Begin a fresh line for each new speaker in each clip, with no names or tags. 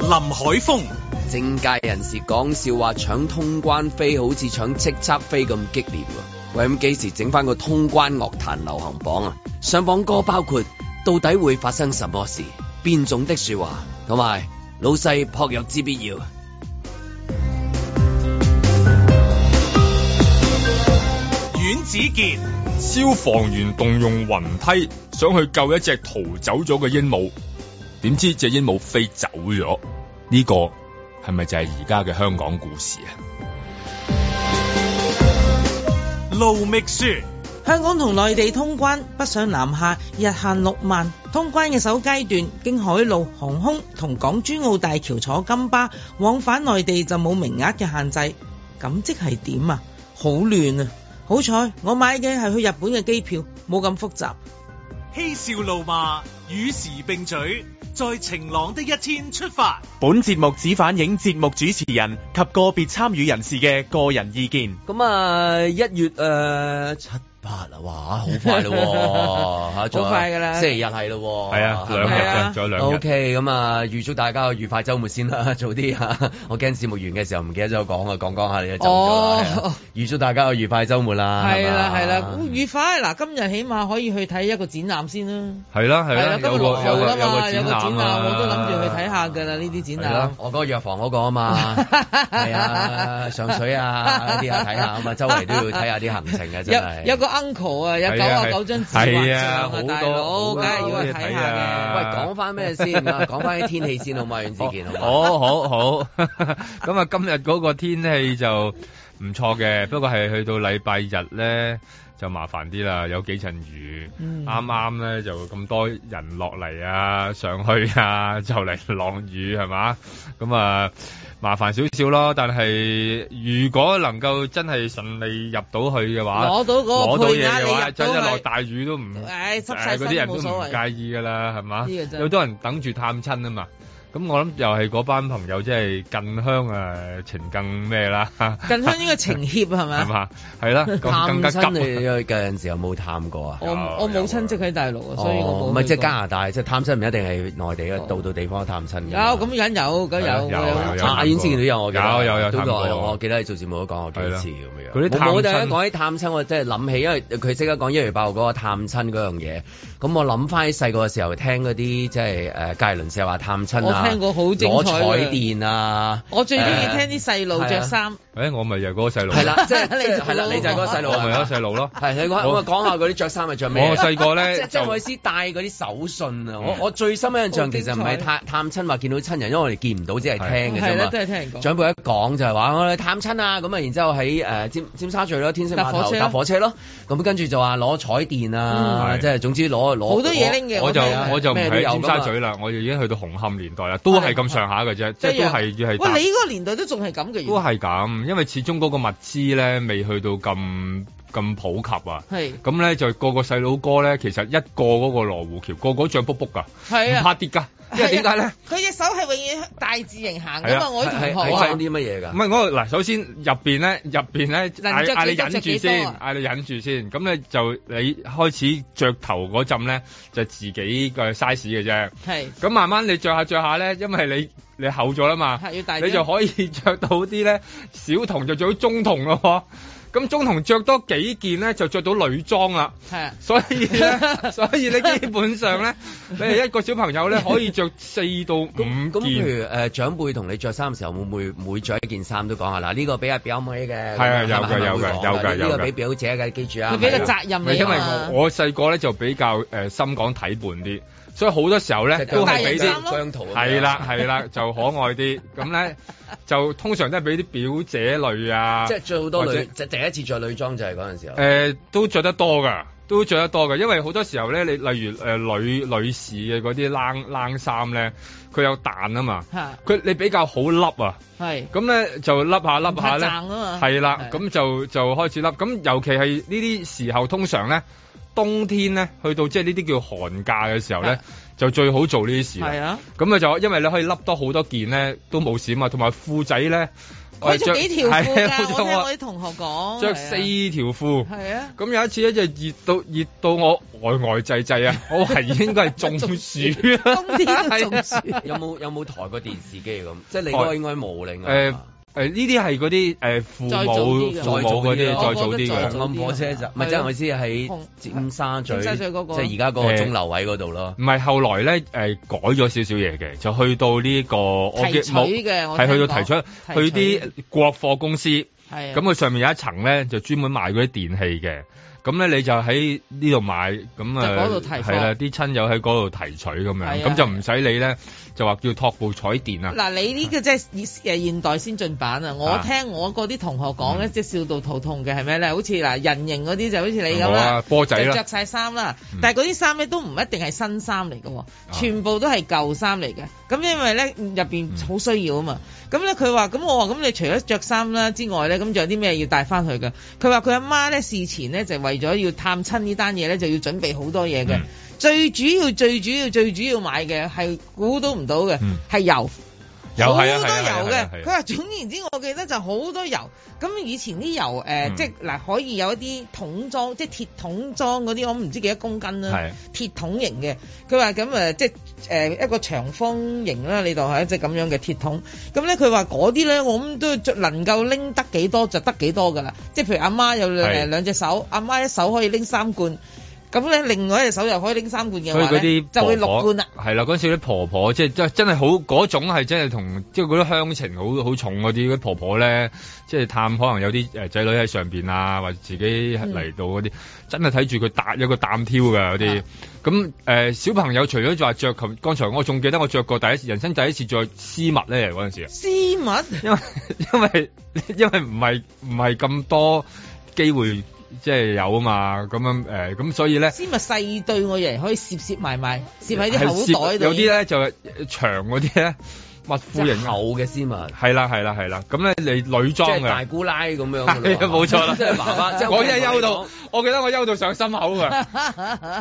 林海峰、
政界人士講笑話搶通關飛好似搶叱咤飛咁激烈喎。喂，咁幾時整翻個通關樂壇流行榜啊？上榜歌包括到底會發生什麼事、邊種的説話，同埋老細撲入之必要。
阮子健、
消防員動用雲梯想去救一隻逃走咗嘅鸚鵡，點知隻鸚鵡飛走咗？呢、個係咪就係而家嘅香港故事啊？
盧覓雪、
香港同內地通關，北上南下，日限六萬。通關嘅首階段，經海路、航空同港珠澳大橋坐金巴往返內地就冇名額嘅限制。咁即係點啊？好亂啊！好彩我買嘅係去日本嘅機票，冇咁複雜。
嬉笑怒罵，與時並舉，在晴朗的一天出發。
本節目只反映節目主持人及個別參與人士嘅個人意見。
咁啊，一月誒七八啊，哇，好快咯喎，嚇仲有
好快㗎啦
星期日係咯喎，
係啊，
係
兩
咪
日
係啊
嘅，仲有兩
O
日。
K，咁啊，預祝大家愉快週末先啦， 早啲嚇。我驚節目完嘅時候唔記得咗講啊，講講下你就走咗啦。係
哦
啊預祝大家有愉快週末啦。嗯
係啦
嘛
係啦，咁愉快嗱，今日起碼可以去睇一個展覽先啦。
係啦係
係啦，
啦，
今
有個
日落
有
後
個
啦嘛，
有
有
個
個展覽
啊
我都諗住去睇下㗎啦，呢啲
係咯
展，
我嗰個藥房嗰個啊 嘛，係啊，上水啊嗰啲啊睇下啊 嘛，周圍都要睇下啲行程嘅真
覽。
係。
有有個 uncle 啊，有九
係啊
啊
係
九張紙
係
畫
啊
像
好
啊，
多
大佬，梗係要
好多嘢
去睇
睇啊
下
喂，講翻咩 先啊？講翻啲天氣先好嘛，阮子健好嘛？哦
好哦好好， 咁啊，今日嗰個天氣就唔錯嘅，不過係去到禮拜日咧就麻煩啲啦，有幾陣雨，啱
嗯
啱咧就咁多人落嚟啊，上去啊， 就嚟落雨係嘛，咁啊麻煩少少咯，但係如果能夠真係順利入到去嘅
嘅，
話，
攞到嗰
攞
個
到
配
嘢
額，
嘅
你
話，真
入
係落
到
大雨都唔
去，唉，濕
誒
晒
嗰
身
啲人都
冇
唔
所
介
謂。
意㗎啦，係嘛？
呢個真係
有好多人等住探親啊嘛。咁我諗又係嗰班朋友，即係近鄉啊，情更咩啦，係
近鄉應該情協係咪啊？
嘛？ 係啦，咁
探
更加
親你
急啊。
有陣時有冇探過啊？
我我
有
冇親戚喺大陸啊，所以
哦
我冇去過。
唔係即係加拿大，即係探親唔一定係內地嘅
哦，
到到地方探親嘅。
有咁梗有，梗有
係啊有有有
有。
啊，阮之前都有我記得，
有有有
都
探過
我我記得你做節目都講過幾次咁
係啦嗰
樣。
啲
我
探親
我突然間講起探親，我真係諗起，因為佢即刻講一月八號嗰個探親嗰樣嘢，咁我諗翻起細個嘅時候聽嗰啲即係誒隔離鄰舍話探親啊，
我聽過好精彩
攞
嘅
彩電啊，
我最中意
誒
聽啲細路
係啊
着衫，
誒，我咪就係嗰個細路，
係啦，即係
你
即係係 啦，你就係嗰個細路
我咪嗰個
啊。
細路咯。
係你講，
我
我講下嗰啲着衫係着咩？
我細個咧
即係即係
就嗯
我意思帶嗰啲手信啊！我我最深刻印象其實唔係探探親話見到親人，因為我哋見唔到，只係聽嘅
係
啫
啦，
嘛
都。係聽人講。
長輩一講就係話我哋探親啊，咁啊，然之後喺誒尖尖沙咀咯，天星碼
搭火
頭
車咯
搭火車咯，咁跟住就話攞彩電啊，
嗯
即係總之攞攞
好多嘢拎嘅
我就
我明
我就唔
咩都有
喺
㗎
尖
嘛
沙咀啦，我就已經去到紅磡年代啦，都係咁上下嘅啫，即係
一
都
樣
係要係搭
喂，你嗰個年代都仲係咁嘅，原
都
來
係咁，因為始終嗰個物資咧未去到咁咁普及啊。
係
咁咧就個個細佬哥咧，其實一過嗰個羅湖橋，個個漲卜卜㗎，
係
唔
啊。
怕跌㗎，因為點解咧？
佢隻手係永遠大字型行
係
噶
啊
嘛，我啲同
係
學
係
啊
裝啲乜嘢
唔
㗎？
係我嗱，首先入邊咧，入邊咧嗌
着
嗌你
幾多
忍住
着幾多
先，
啊
嗌你忍住先。咁咧就你開始着頭嗰陣咧，就自己嘅 size 嘅啫。
係
咁慢慢你着下着下咧，因為你你厚咗啦嘛，
係要大
你就可以着到啲咧小童就着到中童咯喎。咁中童着多幾件咧，就着到女裝啦。
係啊，
所以 咧，所以咧，基本上咧，你係一個小朋友咧，可以着四到五
咁咁譬
件。
如誒長輩同你着衫嘅時候，會唔會每着一件衫都講啊下嗱？呢個俾阿表妹嘅，
係啊
咁
有
係咪
㗎
會
有㗎
講
有
㗎
㗎有
呢個
㗎
俾表姐嘅，記住啊！
佢俾個
係啊
責任
咪
你
因為
啊
我
嘛。
我細個咧就比較誒心港體胖啲，所以好多時候咧
即係
都係俾
大
啲
人衫咯
姜圖咁樣
係啦係啦就可愛啲，咁 咧就通常都係俾啲表姐類啊
即，係最好多
或者
女，即係第一次着女裝就係嗰陣時候。
誒都着得多㗎。都着得多㗎，因為好多時候咧，你例如誒、呃女女士嘅嗰啲冷冷衫咧，佢有彈啊嘛，
嚇
佢你比較好笠啊，
係
咁咧就笠下笠下咧，
硬啊嘛，
係啦
係，
咁就就開始笠。咁尤其係呢啲時候，通常咧冬天咧，去到即係呢啲叫寒假嘅時候咧
啊，
就最好做呢啲事啦。
係啊，
咁啊就因為你可以笠多好多件咧，都冇事啊嘛。同埋褲仔咧，
佢着幾條褲㗎？我
係啊好似
聽我
我
啲同學講，
着
係啊
四條褲。
係 啊。
咁有一次咧就熱到熱到我呆呆滯滯啊！我懷疑應該係中暑啊！
冬天嘅中暑，
有冇有冇抬過電視機咁？即係你嗰個應該冇另
誒
外。
誒呢啲係嗰啲誒父
再早
母
啲嘅
父母嗰啲
再
再早啲
我覺得再
嘅
早，
紅磡火車站，唔係即係我意思喺尖沙咀，
尖
即
沙咀嗰個
係而家嗰個鐘樓位嗰度咯。
唔係後來咧誒、改咗少少嘢嘅，就去到呢、個我
提
記
取
冇
嘅，我
係去
聽
到
講
提出去啲國貨公司，咁
係啊
佢上面有一層咧就專門賣嗰啲電器嘅。咁咧你就喺呢度買，咁
就
啊
嗰度提貨
係啦，啲親友喺嗰度提取咁
係啊
樣，咁就唔使你咧就話叫托部彩電啊。
嗱，你呢個即係誒現代先進版啊！我聽我嗰啲同學講
嗯
咧，即係笑到肚痛嘅係咩咧？好似嗱人形嗰啲就好似你咁
我
啦
啊，波仔
就
啦
着晒衫啦
嗯。啊
但係嗰啲衫咧都唔一定係新衫嚟嘅喎，全部都係舊衫嚟嘅。咁因為咧入
嗯
邊好需要啊嘛。咁咧佢話：咁我話咁你除咗着衫啦之外咧，咁仲有啲咩要帶翻去㗎？佢話佢阿媽咧事前咧就為咗要探親呢單嘢咧，就要準備好多嘢嘅。
嗯
最主要、最主要、最主要買嘅係估都唔到嘅
嗯，
係油。
有
好多
係
油
啊係啊係啊係啊係
嘅。
啊
佢話總言之，我記得就好多油。咁以前啲油誒，
嗯
即係嗱可以有一啲桶裝，即係鐵桶裝嗰啲，我唔知幾多公斤啦
係，
鐵桶型嘅。佢話咁誒，即係誒一個長方形啦，你當係一隻咁樣嘅鐵桶。咁咧佢話嗰啲咧，我諗都能夠拎得幾多就得幾多㗎啦。即係譬如阿媽有
係
誒兩隻手，阿媽一手可以拎三罐。咁咧，另外一隻手又可以拎三罐嘅
所以
話
嗰
咧
啲，
就會
婆
六
婆
罐啦。。
係啦，嗰陣時啲婆婆即係真真係好嗰種係真係同即係嗰啲鄉情好好重嗰啲嗰啲婆婆咧，即係探可能有啲呃誒仔女喺上邊啊，或者自己嚟到
嗯
嗰啲，真係睇住佢搭有個擔挑㗎嗰
啊
啲。咁誒、呃小朋友除咗話着琴，剛才我仲記得我着過第一人生第一次着絲襪咧嗰陣時。
絲襪
因為因為 因為唔係唔係咁多機會即係有啊嘛，咁樣誒咁、所 以咧。
絲襪細對我嚟可以攝攝埋埋，攝喺
係
啲口袋
攝
度。
有啲咧就係長嗰啲咧，密褲型
厚嘅絲襪，
係啦係啦係啦，咁咧你女
即
裝
係大
嘅。
姑奶咁樣㗎咯。
係啊冇錯啦，
即係爸爸，即係
我一休到，我記得我休到上心口㗎，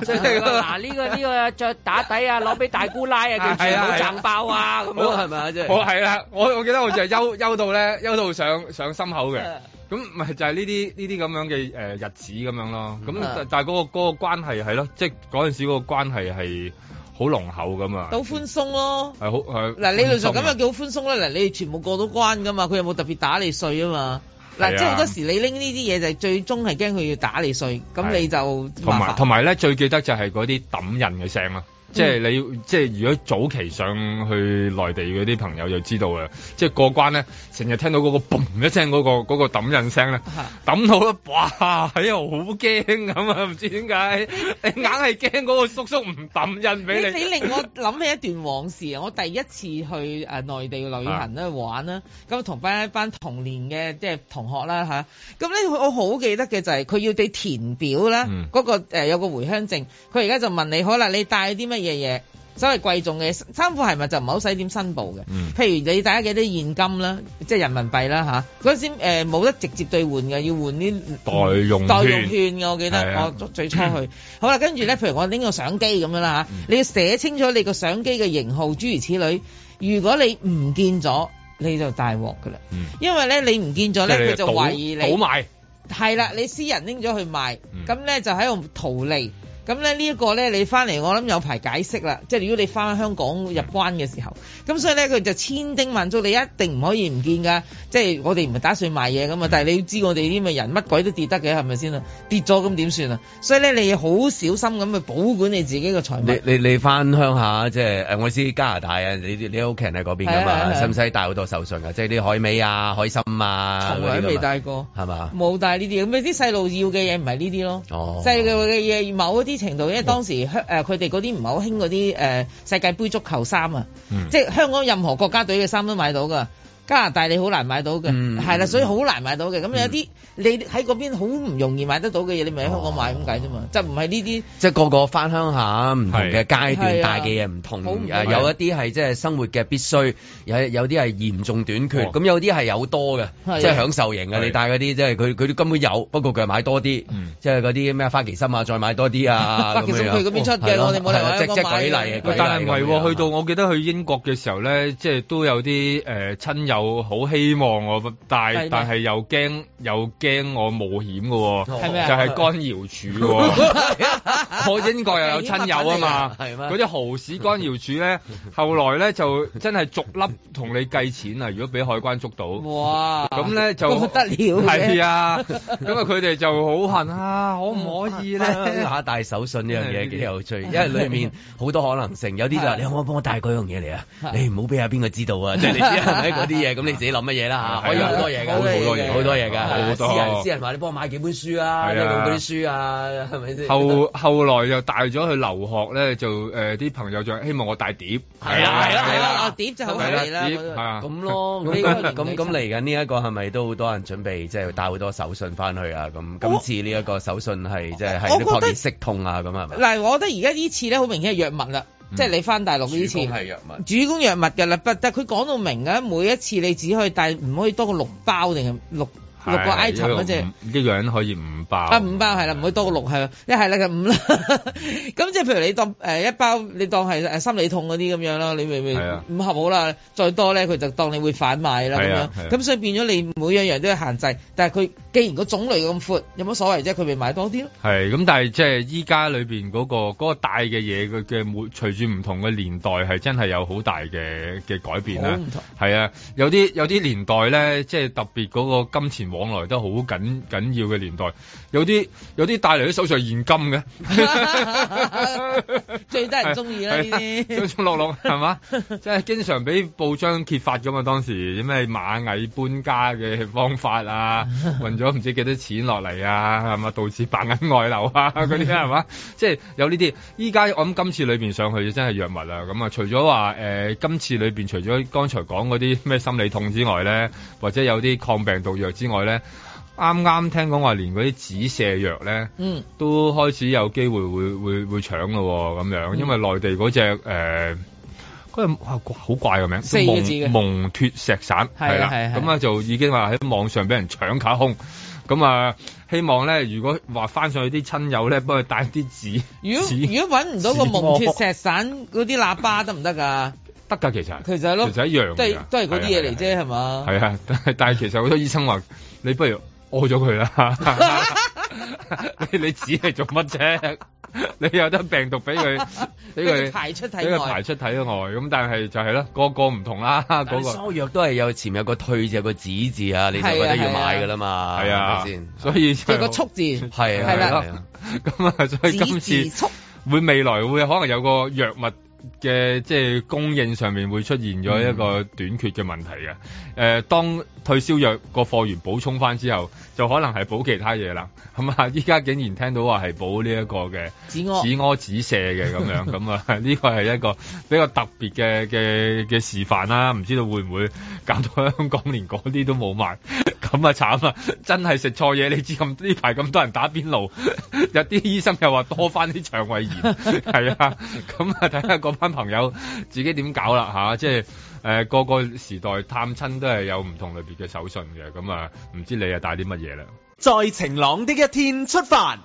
即係
啊嗱呢個呢個着打底啊，攞俾大姑奶啊，叫
係
全
啊
部
係啊
掙爆啊咁
好
樣。
係咪啊？即係
我係啦，我我記得我就係休休到咧，休到上上心口嘅，咁咪就係呢啲呢啲咁樣嘅誒日子咁樣咯，咁但但係嗰個嗰個關係係咯，即係嗰陣時嗰個關係係好濃厚咁啊，
到寬鬆咯。
係好係
嗱，理論
寬
上
鬆
咁
啊
又叫寬鬆啦。嗱，你哋全部過到關噶嘛，佢又冇特別打你税啊嘛。
係
嗱，
啊
即係好多時你拎呢啲嘢就係最終係驚佢要打你税，咁
係
你就
同
麻
埋
煩。
同埋咧，最記得就係嗰啲抌印嘅聲啦。啊
嗯
即係你，即係如果早期上去內地嗰啲朋友就知道啦。即係過關咧，成日聽到嗰個嘣一聲嗰、個嗰、個抌印聲咧，
啊
抌到咧，哇！哎呀，好驚咁啊！唔知點解， 你硬係驚嗰個叔叔唔抌印
你
俾你。
你令我諗起一段往事啊！我第一次去誒、呃、內地旅行
啊
咧玩啦，咁同班一班同年嘅即係同學啦吓，咁、咧我好記得嘅就係佢要你填表啦，嗰、
嗯
個、呃、有個回鄉證，佢而家就問你好啦，你帶啲乜嘢嘢？所謂貴重嘅衫褲鞋襪就唔好使點申報嘅，
嗯
譬如你帶咗幾多現金啦，即係人民幣啦吓，嗰、陣時呃冇、得直接兌換嘅，要換啲
代用
代用
券
券嘅，我記得
係啊
我最初去，好啦，跟住咧，譬如我拎個相機咁樣啦嚇，你要寫清楚你個相機嘅型號，諸如此類。如果你唔見咗，你就大鑊噶啦，
嗯
因為咧你唔見咗咧，
即係
佢就懷疑
倒
你
賣，
係啦，你私人拎咗去賣
嗯，
咁咧就喺度逃利。咁咧呢一個咧，你翻嚟我諗有排解釋啦。即係如果你翻香港入關嘅時候，咁所以咧佢就千叮萬囑你一定唔可以唔見㗎。即係我哋唔係打算賣嘢㗎嘛，但係你要知我哋啲咁嘅人乜鬼都跌得嘅係咪先啊？跌咗咁點算啊？所以咧你好小心咁去保管你自己嘅財
你
物。
你你翻鄉下即係誒，我知加拿大啊，你你屋企人喺嗰邊㗎
係啊係
嘛，
啊
使唔使帶好多手信啊？即係啲海味啊、海參啊，
從來都未帶過，
係嘛？
冇帶呢啲咁啲細路要嘅嘢唔係呢啲咯。
哦，
細路嘅嘢某一啲程度，因為當時香誒佢哋嗰啲唔係好興嗰啲誒世界盃足球衫啊，
嗯
即係香港任何國家隊嘅衫都買到㗎。加拿大你好難買到嘅，
嗯
係啦、所以好難買到嘅。咁有啲你喺嗰邊好唔容易買得到嘅嘢，你咪喺香港買咁解啫嘛，就唔係呢啲。
即係個個翻鄉下唔同嘅
係
階段
係啊
帶嘅嘢唔同，
好唔同
誒有一啲係即係生活嘅必須，有有啲係嚴重短缺，
哦
咁有啲係有多嘅
係啊，
即係享受型嘅。
係
你帶嗰啲即係佢佢都根本有，不過佢係買多啲
嗯，
即係嗰啲咩花旗參啊，再買多啲啊
花
咁
旗參
樣。
佢嗰邊出嘅
係咯
我哋冇理由
係啊
喺
即
香港
即係
買
舉例
嘅
舉例
但係唔係
咁樣
喎？去到我記得去英國嘅時候咧，即係都有啲誒、親友又好希望我，
係咩
但但係又驚又驚我冒險
哦
嘅喎，
係咩啊
就係乾瑤柱 喎。我英國又有親友啊嘛，
係咩
嗰啲蠔豉乾瑤柱 咧，後來咧就真係逐粒同你計錢啊！如果俾海關捉到。
哇！
咁咧就
不得了嘅
係 啊！咁啊，佢哋就好恨啊，可唔可 以咧？
亞大手啊信呢樣嘢幾有趣，因為裏面好多可能性，有啲就話你可唔可以幫我帶嗰樣嘢嚟啊？你唔好俾阿邊個知道啊！即係你知係咪嗰啲嘢？咁你自己諗乜嘢啦嚇？可以好多嘢㗎，
好多嘢
好多嘢
好
㗎。
多
私人私人話你幫我買幾本書啊，
係
你
啊
嗰啲書啊，係咪先？
後後來又大咗去留學咧，就誒啲朋友就希望我帶碟，
係啦係啦係啦
啊碟就好
係
嚟啦
碟
嗰個
係啊
咁咯，咁咁咁咁嚟緊呢一個係咪都好多人準備即係帶好多手信翻去啊？咁今次呢一個手信係即係係啲
我覺得
抗疫息痛啊咁係咪？
嗱，我覺得而家呢次咧好明顯係藥物啦，
嗯
即係你翻大陸呢次
主攻係藥物。
主攻藥物嘅啦，不但佢講到明嘅，每一次你只可以帶唔可以多過六包定係六
係
六個 item
因為
嗰隻。
五一樣可以五包
啊，五包係啦，唔會多過六係啦，一係咧就五啦。咁即係譬如你當誒、一包，你當係誒心理痛嗰啲咁樣啦，你咪
係啊
咪五盒好啦，再多咧佢就當你會販賣啦咁
係啊係啊
樣。咁所以變咗你每樣樣都有限制，但係佢既然個種類咁闊，有乜所謂啫？佢咪買多啲咯。
係咁，但係即係依家裏邊嗰個嗰、個帶嘅嘢佢嘅每隨住唔同嘅年代係真係有好大嘅嘅改變
好
啦
唔同。，
係啊，有啲有啲年代咧，即係特別嗰個金錢往來都好緊緊要嘅年代，有啲有啲帶嚟啲手上現金嘅
最得人鍾意啦呢啲
係啊上上落落係 嘛，即係經常俾報章揭發㗎嘛。當時咩螞蟻搬家嘅方法 啊，運咗唔知幾多錢落嚟啊，係嘛，導致白銀外流 啊嗰啲係嘛，即係有呢啲。依家我諗今次裏面上去真係藥物啦。咁啊，除咗話誒今次裏面除咗剛才講嗰啲咩心理痛之外咧，或者有啲抗病毒藥之外咧，啱啱聽講話連嗰啲止瀉藥咧。
嗯，
都開始有機會會會會搶咯喎咁
嗯
樣，因為內地嗰只誒嗰隻哇好怪嘅名，
四個字嘅
蒙蒙脱石散
係啊
係啦，
係啊係啊
咁啊就已經話喺網上俾人搶卡空，咁啊希望咧如果話翻上去啲親友咧，幫佢帶啲紙
如果
紙
如果揾唔到個
紙
蒙脱石散嗰啲喇叭得唔得㗎？
得㗎，其實
其實係咯
其實一樣㗎
都係都係嗰啲嘢嚟
係啊係啊係啊
啫，係嘛？
係啊，但係但係其實好多醫生話，你不如屙咗佢 啦。 你你指係做乜啫？你有得病毒俾佢，俾
俾
佢
佢排出體外
俾佢排出體外。咁但係就係咯，個個唔同 啦，嗰
但係
個
所有藥都係有前面有個退字有個子字啊，你就覺得要買㗎啦嘛，
係啊
係咪先，
所以
就
就
係個速字，
係啊
係啦
係啊。
咁啊，所以今
指字
次
速。
會未來會可能有個藥物嘅即係供應上面會出現咗一個
嗯
短缺嘅問題嘅。誒、當退燒藥個貨源補充翻之後，就可能係補其他嘢啦。咁啊，依家竟然聽到話係補呢一個嘅
止屙
止屙止瀉嘅咁樣，咁啊呢個係一個比較特別嘅嘅嘅示範啦。唔知道會唔會搞到香港連嗰啲都冇埋， 咁啊慘啊！真係食錯嘢，你知咁呢排咁多人打邊爐， 有啲醫生又話多翻啲腸胃炎，係啊，咁啊睇下嗰班朋友自己點搞啦吓、即呃係。誒、個個時代探親都係有唔同類別嘅手信嘅，咁啊唔知你啊帶啲乜嘢啦？
在晴朗的一天出發。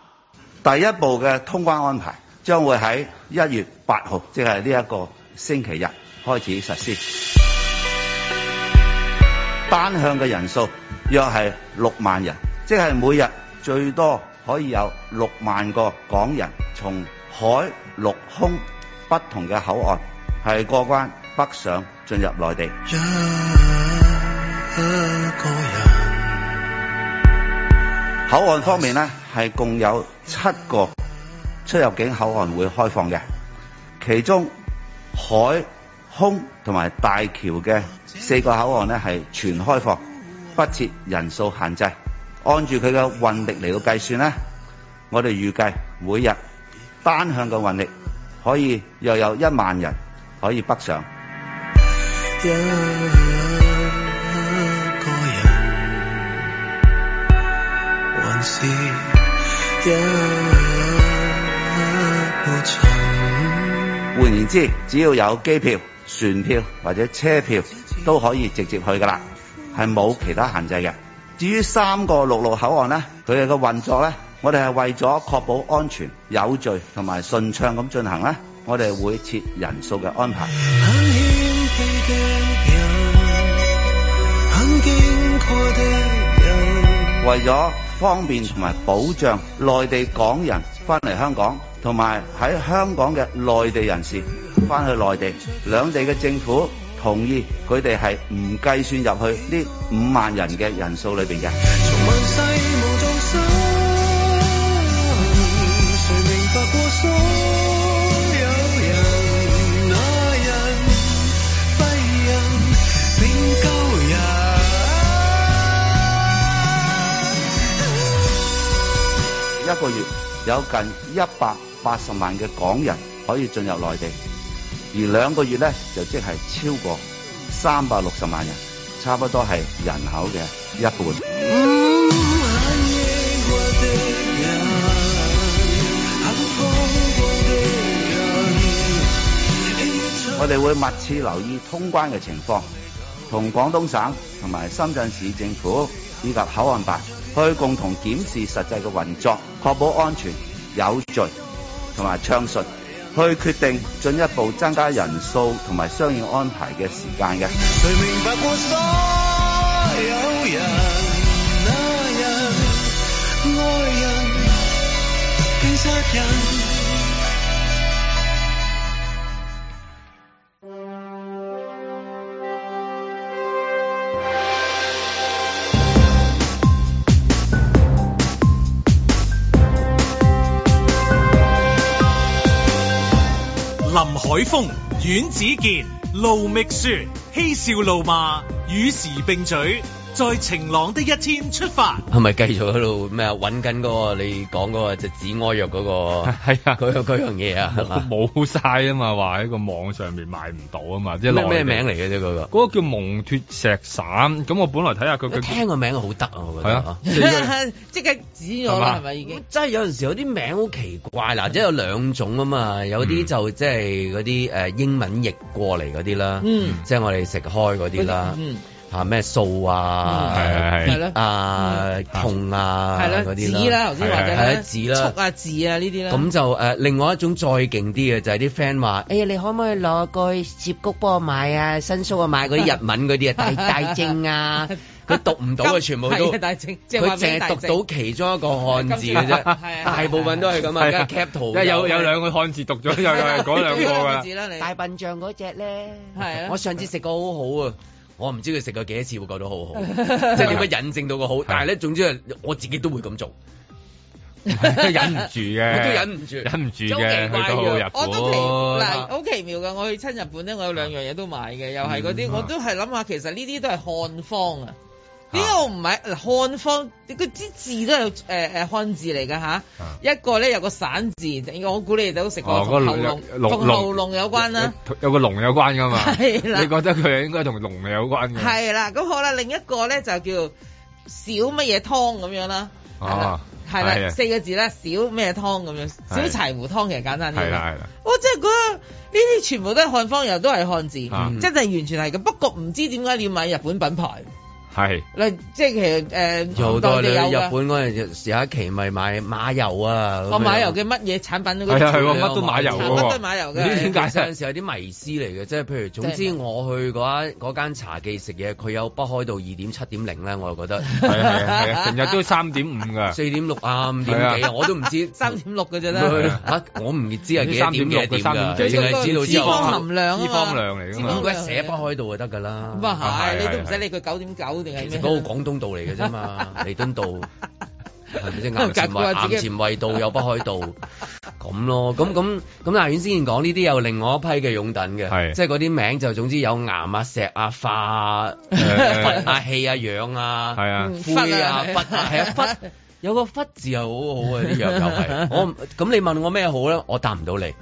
第一步嘅通關安排將會喺一月八號，即係呢一個星期日開始實施。單向嘅人數約係六萬人，即係每日最多可以有六萬個港人從海、陸、空不同嘅口岸係過關北上進入內地。
一個人，
口岸方面呢，係共有七個出入境口岸會開放嘅，其中海、空同埋大橋嘅四個口岸呢，係全開放，不設人數限制。按住佢嘅運力嚟到計算呢，我哋預計每日單向嘅運力可以又有一萬人可以北上。
一個人，還是一個塵。
換言之，只要有機票、船票或者車票都可以直接去㗎啦，係冇其他限制嘅。至於三個陸路口岸呢，佢哋嘅運作呢，我哋係為咗確保安全、有序同埋順暢咁進行呢，我哋會設人數嘅安排。
很謙卑的人，經過的人，
為咗方便同埋保障內地港人翻嚟香港，同埋喺香港嘅內地人士翻去內地，兩地嘅政府同意佢哋係唔計算入去呢五萬人嘅人數裏邊嘅。
從問世無造生，誰明白過所有人？那人廢人永久人。
一個月有近一百八十萬嘅港人可以進入內地，而兩個月咧就即係超過三百六十萬人，差不多係人口嘅一半。
五眼抑鬱的人，很風光的人，獻出
我哋會密切留意通關嘅情況，同廣東省同埋深圳市政府以及口岸辦去共同檢視實際嘅運作，確保安全、有序同埋暢順，去決定進一步增加人數同埋相應安排嘅時間
誰
嘅。
明白過所有人？那人愛人，偏失人。
林海峰、阮子健、盧覓雪，嬉笑怒罵，與時並舉，在晴朗的一天出發。
係咪繼續喺度咩啊？揾緊嗰個你講嗰個隻止屙藥 嗰個，
係啊
嗰樣嗰樣嘢啊，係嘛？
冇晒啊嘛，話喺個網上面買唔到啊嘛，即係
咩
內
咩
地
名嚟嘅啫？嗰個
嗰個叫蒙脱石散，咁我本來睇下佢
一
佢
聽個名好得啊，我覺
係
得
啊
啊。
即刻指咗啦，係咪已經？
真係有陣時有啲名好奇怪嗱，即係有兩種啊嘛，有啲
嗯
就即係嗰啲誒英文譯過嚟嗰啲啦，
嗯
即係我哋食開嗰啲啦，
嗯，
嚇咩素啊、
嗯係係係
係咯
啊、痛啊
係啦，
嗰
紙
啲
啦，頭先或者
係
咧，
啊紙啦
速啊字啊呢啲啦。
咁就誒、呃另外一種再勁啲嘅就係啲 friend 話，哎呀，你可唔可以攞個接谷幫我買啊，新蘇啊買嗰啲日文嗰 啲啊，大大正啊，佢讀唔到嘅全部都
係啊，。大正，即係
佢
話
淨
俾
係
大
讀
正
到其中一個漢字嘅
係啊
啫，大部分都係 咁啊，梗係 cap 圖
因為有有兩個漢字讀咗，又又係嗰兩 個㗎啦
字。啦，你
大笨象嗰只咧，
係啊
我上次食過好好啊。我唔知佢食過幾多次會覺得好好， 即係點樣引證到個好，但係咧總之係我自己都會咁做，
都忍唔住嘅，
我都忍唔住
忍唔住
真係
嘅，
好奇怪
去到
嘅
日本，
哎我都奇嗱，好奇妙嘅。我去親日本咧，我有兩樣嘢都買嘅，又係嗰啲，
嗯
我都係諗下，其實呢啲都係漢方啊。呢個我唔係嗱漢方，佢啲字都有誒誒漢字嚟㗎吓。一個咧有個散字，我估你哋都食過，
哦
同
嗰
喉
個
嚨
龍
同
龍
喉嚨有關啦。
有有個龍有關㗎嘛，
係啦
你覺得佢應該同龍有關嘅，
係啦，咁好啦，另一個咧就叫小乜嘢湯咁樣啦，係
哦，
啦係
係
啦，
啊
四個字啦，小咩湯咁樣，小
係
柴胡湯其實簡單啲。
係啦係啦，
我哦真係覺得呢啲全部都係漢方，又都係漢字，
啊
真係完全係咁。不過唔知點解你要買日本品牌
係
嗱，即係其實誒，
有好多
當
你去
地有
日
㗎。
本嗰陣有一期咪買馬油啊，
我買油嘅乜嘢產品都
係啊係喎，
你
乜都馬油
有
嘅
喎
喎，
乜都馬油嘅
唔知點
其實有
解
陣時有啲迷思嚟嘅，即係譬如總
即
之
係
我去嗰間嗰間茶記食嘢，佢有北海道二點七點零咧，我就覺 得
係啊係啊係啊，成日都三點五㗎，
四點六啊五點幾
係
啊，我都唔 知
三點六嘅啫
係
啦，
啊
嚇我唔知係幾多點幾多點
3.6
㗎，淨係知道
脂
之
肪
後
含量啊嘛
脂肪量嚟㗎
脂
應
肪
嘛
量，
該寫北海道就得㗎啦。
咁啊係，
係
你都唔
係
使理佢九點九定
其
係
實
咩。
嗰個廣東道嚟嘅啫 嘛，彌敦道係咪先？岩前
隔過
衛
自己
岩前衛道有北海道咁咯，咁咁咁，阿遠先前講呢啲有另外一批嘅擁躉嘅，
係
即係嗰啲名就總之有岩啊、石啊、化啊、
誒
砵啊、氣啊、氧啊、
係啊，
嗯
灰啊、忽啊，係 啊忽。有個忽字又好好啊，呢樣又係我唔咁你問我咩好咧，我答唔到你，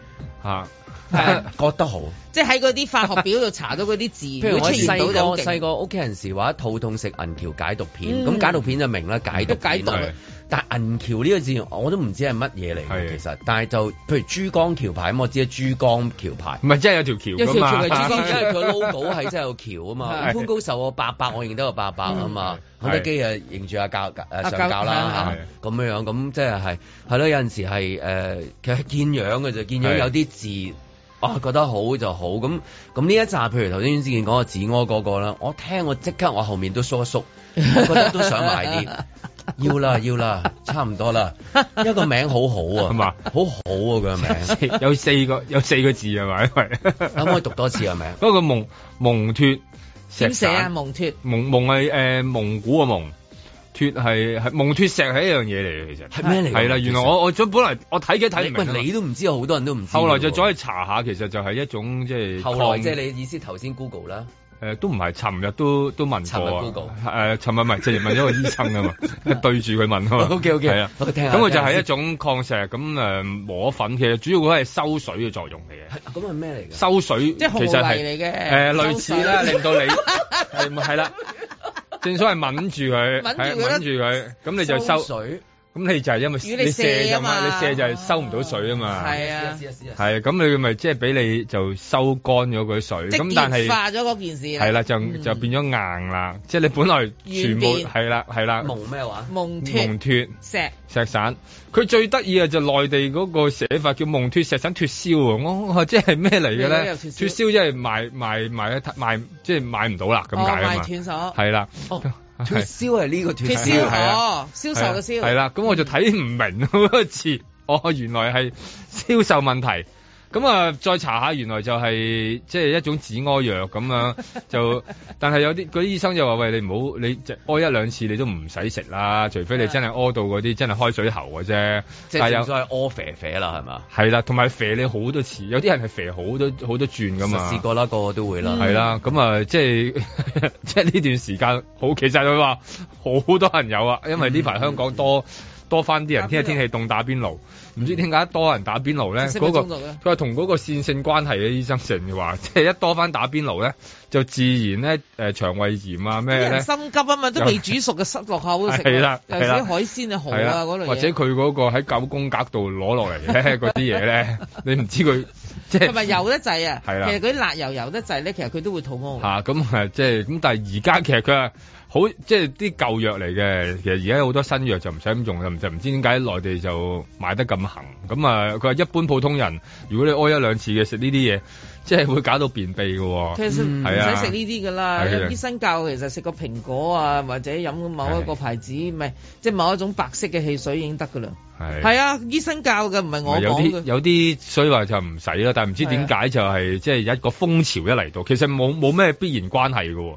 嚇
覺得好。
即係喺嗰啲化學表度查到嗰啲字，
譬如
會
我
出現
細
到
個
就
細
個
個屋企人時話肚痛食銀橋解毒片，
嗯
咁解毒片就明啦，解毒
解
片
毒
啦
係
但銀橋呢個字我都唔知係乜嘢嚟嘅，
係
其實，但係就譬如珠江橋牌咁，我知啊係珠江橋牌
唔。係真係有條
有
橋
條
㗎嘛，
橋 係珠江
因
橋
為佢 logo 係真係有橋啊嘛，
係
潘高壽我伯伯，我認得個伯伯啊嘛，
嗯
肯德基啊認住阿教誒
阿
上教啦
教啊
咁樣樣，咁即係係係咯，有陣時係誒其實見樣嘅就見樣
係
有啲字啊覺得好就好。咁咁呢一集，譬如頭先之前講個子柯嗰個啦，我聽我即刻我後面都縮一縮，我覺得都想買 啲。要啦要啦，差唔多啦，因為個名好好
係
啊，
嘛
好好啊佢 個名，
四有四個有四個字係 咪？因為
可唔可以讀多次個名？
嗰個蒙蒙脱石
點寫啊？
散，
蒙脱
蒙蒙係誒蒙古嘅蒙，脱係係蒙脱石係一樣嘢嚟嘅，其實
係咩嚟㗎
係啦，
蒙脱石
原來我我本來我睇嘅睇
喂
唔明啊
你
嘛，
都唔知，好多人都唔知。
後來就再去查下，其實就係一種即係
後來
抗
即係你意思頭先 Google 啦，
誒都唔係，尋日都都問
尋日
過啊
Google
誒，尋日唔係，尋日問咗個醫生啊嘛， 對住佢問啊嘛。
OK，OK，
係啊，
好聽下
咁佢
聽
就
下
係
先
一種礦石，咁誒磨粉，其實主要佢係收水嘅作用嚟嘅。
咁係咩嚟㗎？
收水
即係
其實
蠔
係
泥嚟
誒
嘅
類似啦，
收水
令 到你係係啦。正所謂抿住佢，
抿住
係
佢啦
抿住佢，咁你就收，
水，
咁你就係因為
如果你
你
射啊
㗎
嘛
嘛，你射就係收唔到水啊嘛。
係啊
試，下試下試下
係咁你咪即係俾你就收乾咗佢水，
即
咁但係
係。化咗嗰件事啊
係啦，就就變咗硬啦，即係你本來全部
軟變
係啦係啊啦，
蒙咩話？
蒙脱
蒙脱
石，
石散，佢最得意嘅就內地嗰個寫法叫蒙脱石散脱銷啊！我 我即係咩嚟嘅
咩
咧？
叫
脱
脱銷
銷即係賣賣賣賣即係買唔到啦咁
哦
解啊嘛
賣，斷手。
係啦，
哦脱
係
銷係呢個 脱
脱
銷
銷
係啊
哦，銷售嘅銷
係啦，咁我就睇唔明嗰個字， 哦原來係銷售問題。咁啊，再查下，原來就係、即係一種止屙藥咁樣，就但係有啲嗰啲醫生就話：喂，你唔好你就屙一兩次，你都唔使食啦，除非你真係屙到嗰啲真係開水喉嘅啫。
即
但
係
有
正所謂屙肥肥啦，係嘛？
係啦，同埋肥你好多次，有啲人係肥好多好多轉噶嘛。
實試過啦，個個都會啦。
啊係啦，咁啊，即係 即係呢段時間好，其實佢話好多人有啊，因為呢排香港多多翻啲人，
嗯打邊爐
天氣天氣凍打邊爐，唔知點解多人打邊爐咧，
食
嗰、
物
個
中毒啊
佢話同嗰個線性關係嘅醫生成日話， 即係一多翻打邊爐咧，就自然咧誒、呃、腸胃炎啊咩
啲
咧
人。心急啊嘛，都未煮熟嘅塞落口度食啊，
係啦
尤
係
其
啦
啲海鮮啊、
係
蠔啊
啦
嗰類嘢，
或者佢嗰個喺九宮格度攞落嚟咧，嗰啲嘢 咧，你唔知佢即係
同埋油得滯啊，其
係啦
實嗰啲辣油油得滯咧，其實佢都會肚屙。
嚇咁誒，即係咁，但係而家其實佢係好即係啲舊藥嚟嘅，其實而家有好多新藥就唔使咁用啦，就唔知點解內地就買得咁行。咁啊，佢話一般普通人如果你屙一兩次嘅食呢啲嘢，即係會搞到便秘嘅
其
喎。
實唔
嗯
係啊
使食呢啲噶啦，
係啊
因為醫生教其實食個蘋果啊，或者飲某一個
係
牌子，唔係即係某一種白色嘅汽水已經得噶啦。
係
係啊，醫生教嘅，唔係我
有
講
啲
嘅。
有啲，所以話就唔使啦。但係唔知點解就係即係一個風潮一嚟到，其實冇冇咩必然關係嘅喎。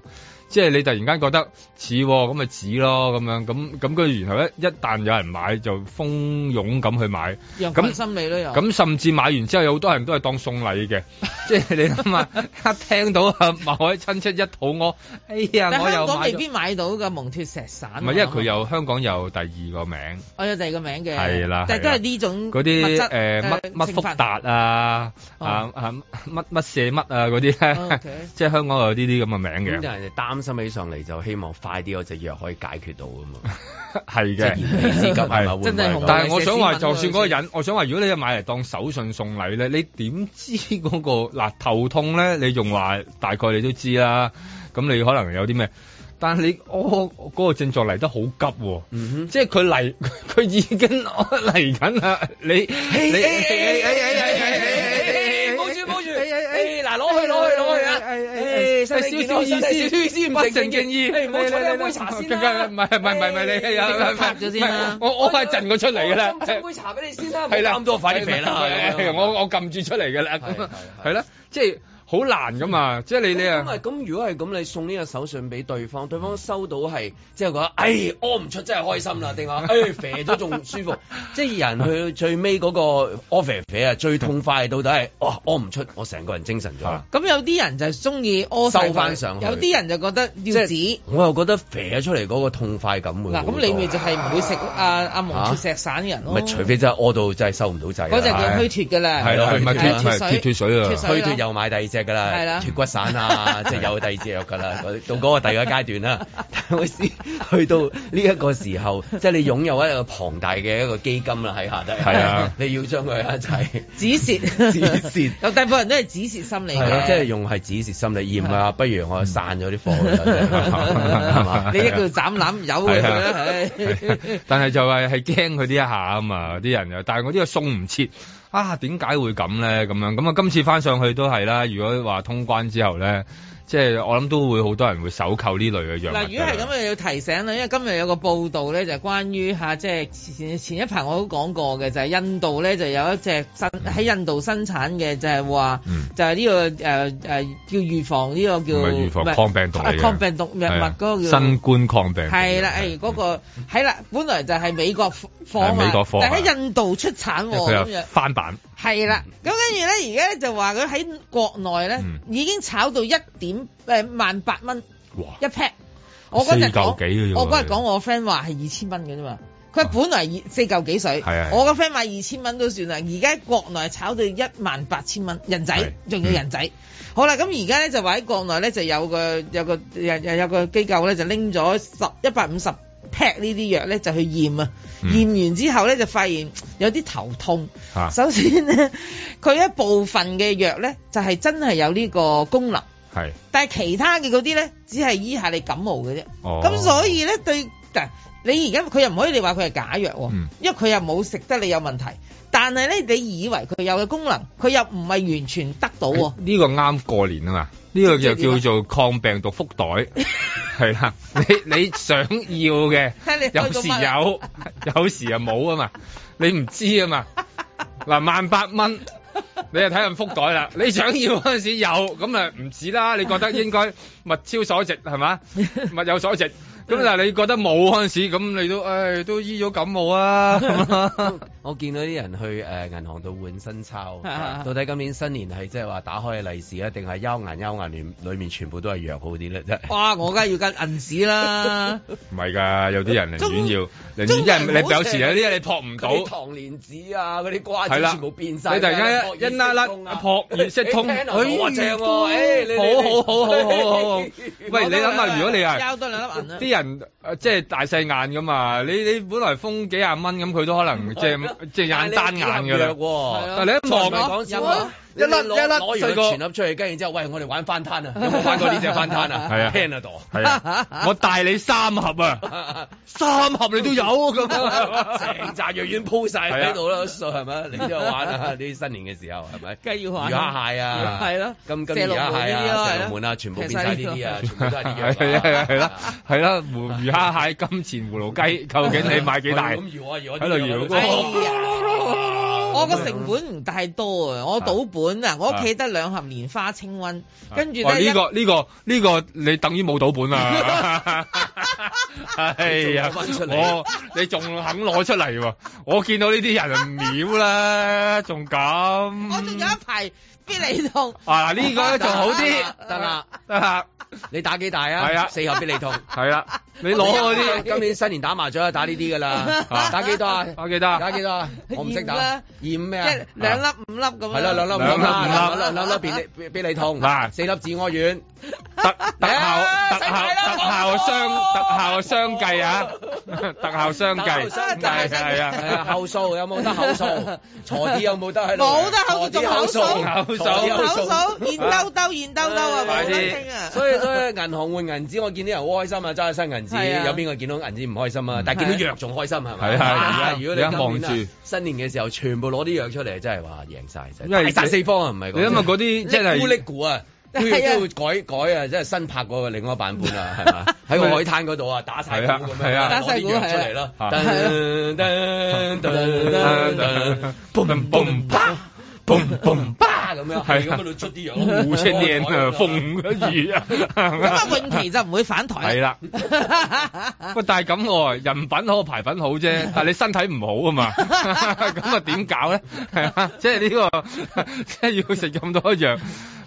即係你突然間覺得似喎咁咪似咯咁樣咁咁佢然後一一旦有人買就蜂擁咁去買。
羊
咁
群心理咯又。
咁甚至買完之後，有好多人都係當送禮 嘅，即係你諗下，一聽到啊某一親戚一肚屙，哎呀
但
我
香
又
港
買
未
咗。
必買到嘅蒙脱石散啊。
唔係，因為佢有香港有第二個名，
我哦有第二個名嘅，
係啦
但係
係
都
啦
係呢種
嗰啲
物質呃
誒乜乜福
成分
達啊，
哦
啊啊乜乜射乜啊嗰啲
哦
咧
，OK， 嗯
即係香港有呢啲咁嘅名
咁
嘅，
但係人哋擔心起上嚟就希望快啲有隻藥可以解決到噶嘛，
係
即係
嘅。
燃眉之急係咪
係
會唔會
真係
咁
紅
但係我想話，
寫詩文
就
嗰
算嗰個人，我想話，如果你買嚟當手信送禮咧，你點知嗰、個嗱頭痛咧？你仲話大概你都知啦，咁你可能有啲咩？但係你屙嗰、個症狀嚟得好急喎、
嗯
即係佢嚟，佢已經嚟緊啦！你你
冇住冇住，嗱攞去攞去攞去啊！
少少意思，不正經意，更加唔係唔係唔係你我我係震佢出嚟㗎啦。
茶俾你先啦
係啦，
咁多快啲肥啦
係啦！我我撳住出嚟嘅啦，咁
係係
係啦，即係好難噶嘛，即係你你
咁咪
啊，
咁，如果係咁，你送呢個手信俾對方，對方收到係即係覺得，哎，屙唔出真係開心啦，定話，哎，肥咗仲舒服，即係人去到最尾嗰個屙肥肥啊，最痛快到底係，哦，屙唔出，我成個人精神咗
啊。
咁有啲人就係中意屙晒佢
收返上去
有啲人就覺得要止。
我又覺得肥咗出嚟嗰個痛快感會
嗱，
好
咁
多
你咪就係唔會食阿阿蒙脱石散嘅人咯。
咪除非真係屙到真係收唔到掣啦，啊
嗰隻叫虛脱㗎啦，
係啦，
係
咪
係
脱咪脱
水
水啊
脱，水
虛脱又買第二隻隻㗎啦，
係啦
脱骨散啊，即係有第二隻藥㗎啦。嗰到嗰個第二個階段啦，但係我先去到呢一個時候，即係你擁有一個龐大嘅一個基金啦喺下低，
係啊
你要將佢一齊。
止蝕，
止蝕，
有大部分人都係止啊蝕心理
係咯
嘅，，
即係用係止蝕心理，而唔係話不如我散咗啲貨啦，啊係嘛？
你一句斬攬有佢啦，唉
係啊 但係就係係驚佢呢一下啊嘛，啲人又，但係我呢個送唔切啊，點解會咁咧？咁樣咁啊，今次翻上去都係啦。如果話通關之後咧，即係我諗都會好多人會搜購呢類嘅藥物㗎啊啦。
嗱，如果係咁，你要提醒啦，因為今日有個報道咧，就係關於嚇，即係前前一排我都講過嘅，就係、印度咧就有一隻生喺印度生產嘅，就係話、
嗯
就係呢、個誒誒、叫預防呢、個叫
唔係預防
唔係
抗病毒嚟嘅
抗病毒藥物
係啊
嗰個叫
新冠抗病毒
係啦，哎
藥啊
誒嗰個係啦，本來就係美國貨啊
係美國貨啊
但喺印度出產
物
喎
佢
咁樣
又。翻版，
係啦，咁跟住咧，而家咧就話佢喺國內咧、
嗯
已經炒到一點誒萬八蚊
哇！
一 pack。我嗰日講
四嚿幾嘅啫喎啊
我嗰日講我 friend 話係二千蚊嘅啫嘛。佢話本來二四嚿幾水
係啊，係
我個 friend 買二千蚊都算啦。而家國內炒到一萬八千蚊人仔
係，嗯
仲要人仔。好啦，咁而家咧就話喺國內咧就有個有個有有有個機構咧就拎咗十一百五十 pack 呢啲藥咧就去驗啊，
嗯啊
驗完之後咧就發現有啲頭痛。
嚇
首先咧，佢一部分嘅藥咧就係真係有呢個功能。
係
但係其他嘅嗰啲咧，只係醫下你感冒嘅啫。
哦
咁、所以咧對嗱，你而家佢又唔可以你話佢係假藥喎，
嗯
因為佢又冇食得你有問題。但係咧，你以為佢有嘅功能，佢又唔係完全得 到喎。
呢個啱過年啊嘛，呢個就叫做抗病毒福 袋，係啦，你你想要嘅
睇你，
有時
開啊到乜
有， 有時又冇啊嘛，你唔知啊嘛，嗱萬八蚊。你就睇下福袋啦！你想要嗰陣時有，咁啊唔止啦。你覺得應該物超所值係嘛？物有所值。咁但係你覺得冇嗰陣時，咁你都唉都醫咗感冒啊咁啊。
我見到啲人去誒銀行度換新鈔，到底今年新年係即係話打開嘅利是啊，定係休銀休銀年裏面全部都係藥好啲咧？真係
哇！我梗係要緊銀紙啦，
唔係㗎，有啲人寧願要，
中
寧願因為
中
你
國人
有時有啲嘢你撲唔
嗰啲
到。
糖蓮子啊，嗰啲瓜
係
子
啦
全部變晒，
你突然間一一拉拉
啊
撲熱色通，
哎正喎，誒你
好好好好好 好好。 喂，你諗下，如果你係
交多兩粒銀
啲
啊！
人呃即係大細眼噶嘛，你你本來封幾廿蚊咁，佢都可 能即
啊
係即係眼單眼㗎啦。
啦
但係啊你一望
唔係講笑
有
啊
啊！
一粒一粒
攞
攞
完
完
個
全粒出去，跟住之後，喂，我哋玩翻攤啊！有冇玩 過呢隻翻攤啊？
係啊
c a n a d a
係 啊，我帶你三盒啊，三盒你都有咁啊
成扎藥丸鋪晒喺度啦，數係咪？你都有玩啊！啲新年嘅時候係咪？
梗係要玩
魚蝦蟹啊，
係咯
金金
射
魚
龍門
蝦蟹
呢啲咯
啊，
係咯
石龍門啊，全部變晒呢啲啊，全部都係
係
啲藥
係
啊。
係 啦，係啦，胡魚蝦蟹、金錢葫蘆雞，究竟你買幾 大？
咁搖啊搖啊，
喺度搖
哎呀，我個成本唔太多啊，我賭本啊，我屋企得兩盒蓮花清瘟，跟住
哇！哦呢
咧一
個呢個呢個，你等於冇賭本 啊！ 係啊，
你仲攞返出嚟
我你仲肯攞出嚟喎？我見到呢啲人秒啦，仲咁。
我仲有一排必理痛。
啊！呢 個咧仲好啲，
得啦，
得啦，
你打幾大啊？
啊係啊
四盒俾你痛。
係啦， 你攞嗰啲
今年新年打麻雀啊，打呢啲 㗎啦。
啊
打幾多啊？
打幾多啊
打幾多啊？我唔識打。
二五啦
二五咩啊？
一兩粒五粒咁樣。
係啦，兩粒
兩粒
啦
五粒
兩兩粒俾你俾你痛，
嗱
四粒止屙丸，
特特效
啊
特效
使睇啦
特效相特效相計啊！ 特效相計，
相
係
計
係
係 啊，
啊，
後數有冇得後數？ 坐啲有冇得喺度？
冇得口仲口數，
口數
坐啲
口
口數。
數，現兜兜現兜兜啊，
快
冇得
啲
傾啊。
所以所以銀行換銀紙，我見啲人好開心啊，揸新銀
係啊
紙，有邊個見到銀紙唔開心啊？但係見到藥仲開心係咪？
係啊
哇
而家
如果
而家
你今
望
年
住
啊新年嘅時候，全部攞啲藥出嚟，真係話贏晒，真
因為
係大殺四方啊！唔係講
你諗下嗰啲真係
咕力股啊！都要都要改改啊！即係新拍嗰個另外一版本 啊，係嘛？喺個海灘嗰度啊，打晒鼓咁樣啊，
打晒
攞
鼓
啲藥出嚟啦，
係啊啊
噔 噔噔噔噔
嘣嘣啪！
嘣嘣啪咁樣，係
係
咁
啊
喺度捽啲藥，
五千年啊，風雨啊，
咁啊，永琪就唔會 反台
係
啦。
啦。喂，但係咁喎，人品好牌品好啫， 但係你身體唔好啊嘛， 咁啊點搞咧？係啊，即係呢、個 即係要食咁多藥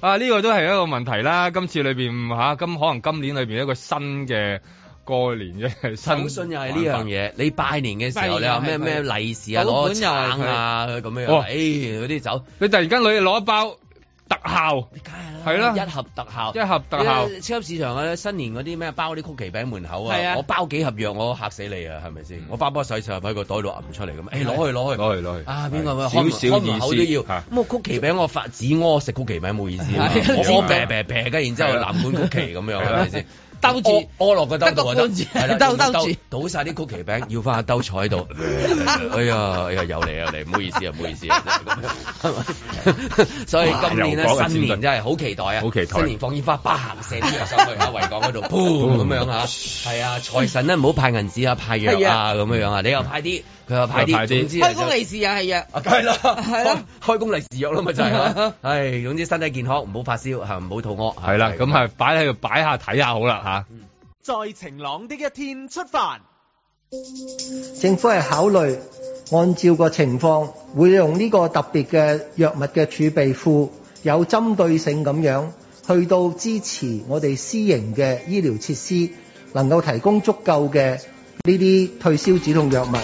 啊，呢、個都係一個問題啦。今次裏邊嚇，咁、可能今年裏邊一個新嘅過年嘅 新
手信又係呢樣嘢，你拜年嘅時候你話咩咩利是啊，攞
保本又係佢
橙啊咁樣，
哦
誒嗰啲酒，
你突然間女攞一包特效，
梗係啦，
係啦
一盒特效，
一盒特效
因為超級市場啊，新年嗰啲咩包啲曲奇餅喺門口
係
啊
啊，嗯
我包幾盒藥我嚇死你啊，係咪先？我包包洗手入喺個袋度揞出嚟咁，誒攞去攞去
攞去攞去
啊邊個
係
看門
少少
看門口
意思
都要，
嚇
咁我曲奇餅我發指屙食曲奇餅冇意思啊嘛，
係
我我
係啊
啤啤啤跟然之後藍罐曲奇咁樣
係
啊
啊
係
啦
咪先？
兜住
屙屙落個兜度啊
得個罐住
係啦
兜兜住
倒晒啲曲奇餅，要翻個兜坐喺 度。哎呀，哎呀，又嚟又嚟，唔好意思啊，唔好意思 啊。 所以今年咧
又講緊
新
戰隊
年真係好期待啊！
好期待
新年放煙花，叭射啲藥上去啊，維 港嗰度，噗咁樣
嗯
嚇。係啊，財神咧唔好派銀紙啊，派藥
係
啊
啊
咁樣樣啊，你又派啲，佢又派
嗯又派
啲，
啲
總之啊
開工利是又係藥，
啊，梗係啦，
係咯
開，開工利是藥啦嘛就係 啦，唉，總之身體健康，唔好發燒嚇，唔好肚屙，
係啦，咁啊係擺喺度擺下睇下好啦嚇。
在晴朗的一天出發。
政府係考慮按照個情況，會用呢個特別嘅藥物嘅儲備庫，有針對性咁樣去到支持我哋私營嘅醫療設施，能夠提供足夠嘅呢啲退燒止痛藥物。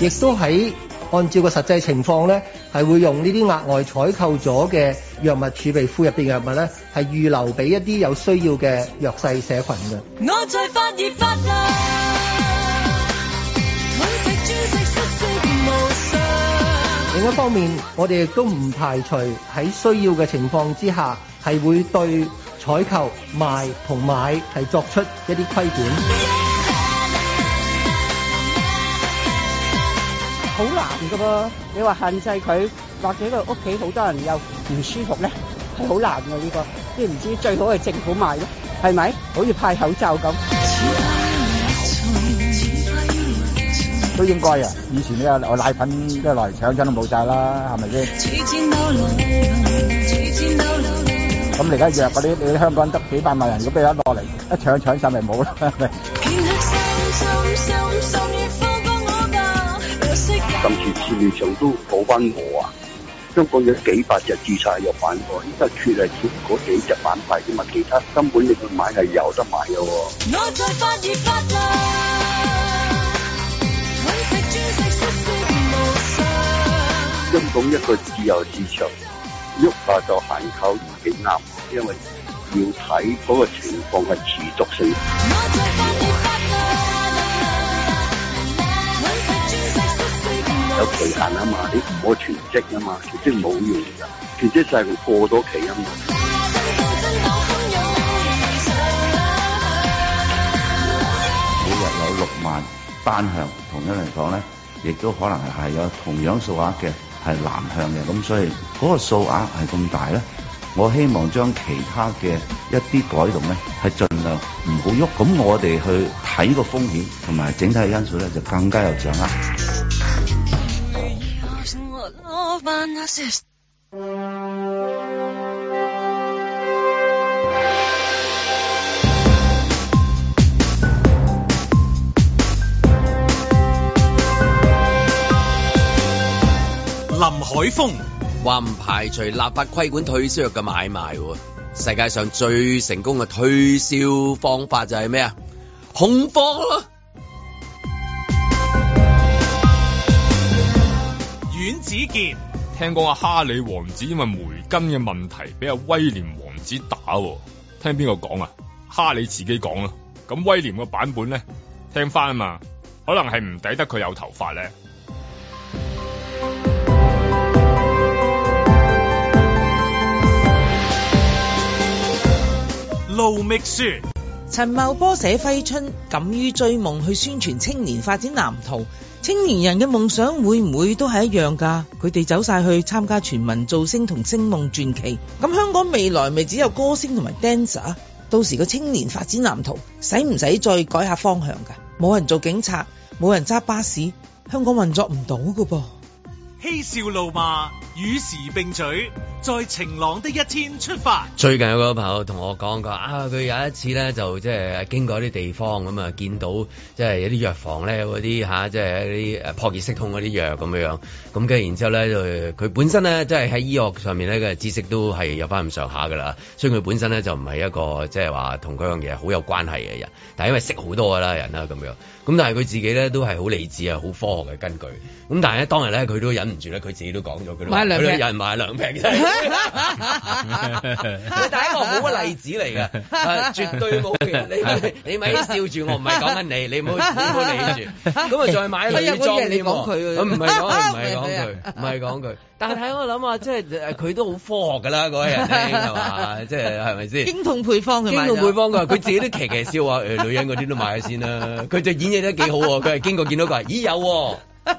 亦都喺按照個實際情況咧，係會用呢啲額外採購咗嘅藥物儲備庫入邊嘅藥物咧，係預留俾一啲有需要嘅弱勢社群嘅。
我在發熱發亮，揾食專食失色無常。
另一方面，我哋亦都唔排除喺需要嘅情況之下，係會對採購、賣同買係作出一啲規管。
好難噶噃。你話限制佢，或者佢屋企好多人又唔舒服咧，係好難嘅呢、個。即係唔知最好係政府賣咯，係咪？好似派口罩咁。
都應該啊！以前呢有奶粉一來搶親都冇晒啦，係咪先？咁你而家藥嗰啲，你香港得幾百萬人，咁俾一落嚟一搶搶晒咪冇啦，係咪？
甚至市面上都冇翻我啊！香港有幾百隻註冊藥板喎，依家缺係缺嗰幾隻板塊啫嘛，啊其他根本你去買係有得買嘅喎。
我在發熱發亮，揾食專食失色無常。
香港一個自由市場，喐下就限購唔幾啱，因為要睇嗰個情況係持續性。有期限啊嘛，你唔可以全職啊嘛，全職冇用㗎，全職就係過咗期啊嘛。
每日有六萬單向，同樣嚟講咧，亦都可能係有同樣數額嘅係南向嘅，咁所以嗰個數額係咁大咧。我希望將其他嘅一啲改動咧，係盡量唔好喐，咁我哋去睇個風險同埋整體嘅因素咧，就更加有掌握。
林海峰話唔排除立法規管退燒藥嘅買賣喎。世界上最成功嘅推銷方法就係咩啊？恐慌咯。
阮子健、
聽講阿啊哈里王子因為梅根嘅問題俾阿威廉王子打喎，聽邊個講啊？哈里自己講啦。咁威廉個版本咧，聽翻啊嘛，可能係唔抵得佢有頭髮咧。
盧覓雪。
陳茂波寫揮春，敢於追夢去宣傳青年發展藍圖。青年人嘅夢想會唔會都係一樣㗎？佢哋走晒去參加全民造星同星夢傳奇，咁香港未來咪只有歌星同埋 dancer？到時個青年發展藍圖使唔使再改下方向㗎？冇人做警察，冇人揸巴士，香港運作唔到㗎 噃。
嬉笑怒罵，與時並舉，在晴朗的一天出發。
最近有個朋友同我講過啊，佢有一次咧就即係經過一啲地方咁啊，見到即係有啲藥房咧有嗰啲嚇，即係一啲誒撲熱息痛嗰啲藥咁樣樣，咁跟住然之後咧就佢本身咧即係喺醫學上面咧嘅知識都係有翻咁上下噶啦，所以佢本身咧就唔係一個即係話同嗰樣嘢好有關係嘅人，但係因為識好多噶啦人啦啊咁樣，咁但係佢自己咧都係好理智啊，好科學嘅根據，咁但係咧當日咧佢都忍唔住咧，佢自己都講咗佢都話
買兩
有
瓶
人買兩瓶。 第一個好嘅 例子 嚟嘅，啊絕對冇嘅。你你你咪笑住，我唔係講緊 你，你唔好你唔好理住。咁啊，再買女裝
哎呀嗰啲係你
添喎
講佢
啊唔係講佢，唔係 講
係
佢，唔係講佢。但係我諗啊，即係誒佢都好科學㗎啦，嗰日係嘛？啊即係係咪先？
經痛配方佢
經
買咗
過配方㗎，佢自己都騎騎笑話誒女人嗰啲都買咗先啦。佢就演繹得幾好喎，佢係經過見到佢話咦有喎。咁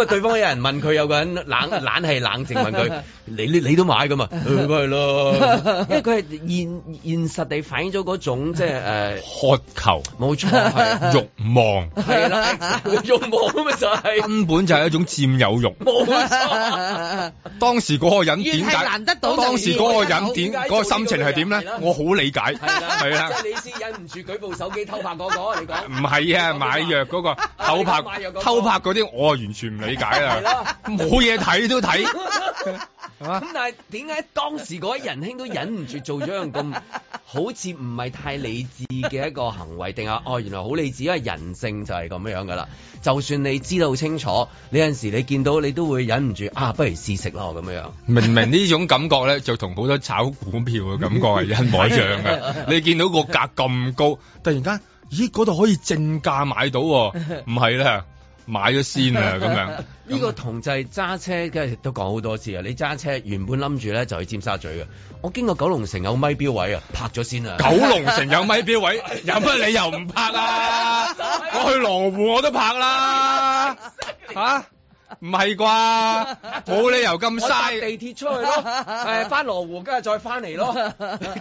啊，對方有人問佢，有個人冷懶係冷靜問佢：你你你都買㗎嘛？誒梗係咯，因為佢係現現實地反映咗嗰種即係誒
渴求，
冇錯，係
慾望，
係啦，慾望咁啊就係
根本就係一種佔有慾。
冇錯。
當時嗰個人點
越
解
係難得到就
當時嗰個人點
越係
嗰個心情係點咧？我好理解，係啦，
即係你先忍唔住舉部手機偷拍嗰個，你講
唔係啊，買藥嗰個偷
你講買
拍
藥嗰個
偷拍嗰啲，我完全唔理解
係啦
啦，冇嘢睇都 睇。
咁但係點解當時嗰位仁兄都忍唔住做咗樣咁好似唔係太理智嘅一個行為？定係 哦，原來好理智，因為人性就係咁樣樣噶啦。就算你知道清楚，你有陣時你見到你都會忍唔住啊，不如試食咯咁樣樣。
明明呢種感覺咧，就同好多炒股票嘅感覺係一模一樣 嘅。你見到個價咁高，突然間，咦嗰度可以正價買到喎、唔係 啦，買咗先啊咁樣。
呢個同就係揸車，跟住都講好多次啊！你揸車原本諗住咧就去尖沙咀嘅，我經過九龍城有咪標位啊，拍咗先啊！
九龍城有咪標位，有乜理由唔拍啊？我去羅湖我都拍啦，吓、唔係啩？冇理由咁
我搭
嘥。
地鐵出 去咯，誒翻羅湖，跟住再翻嚟咯，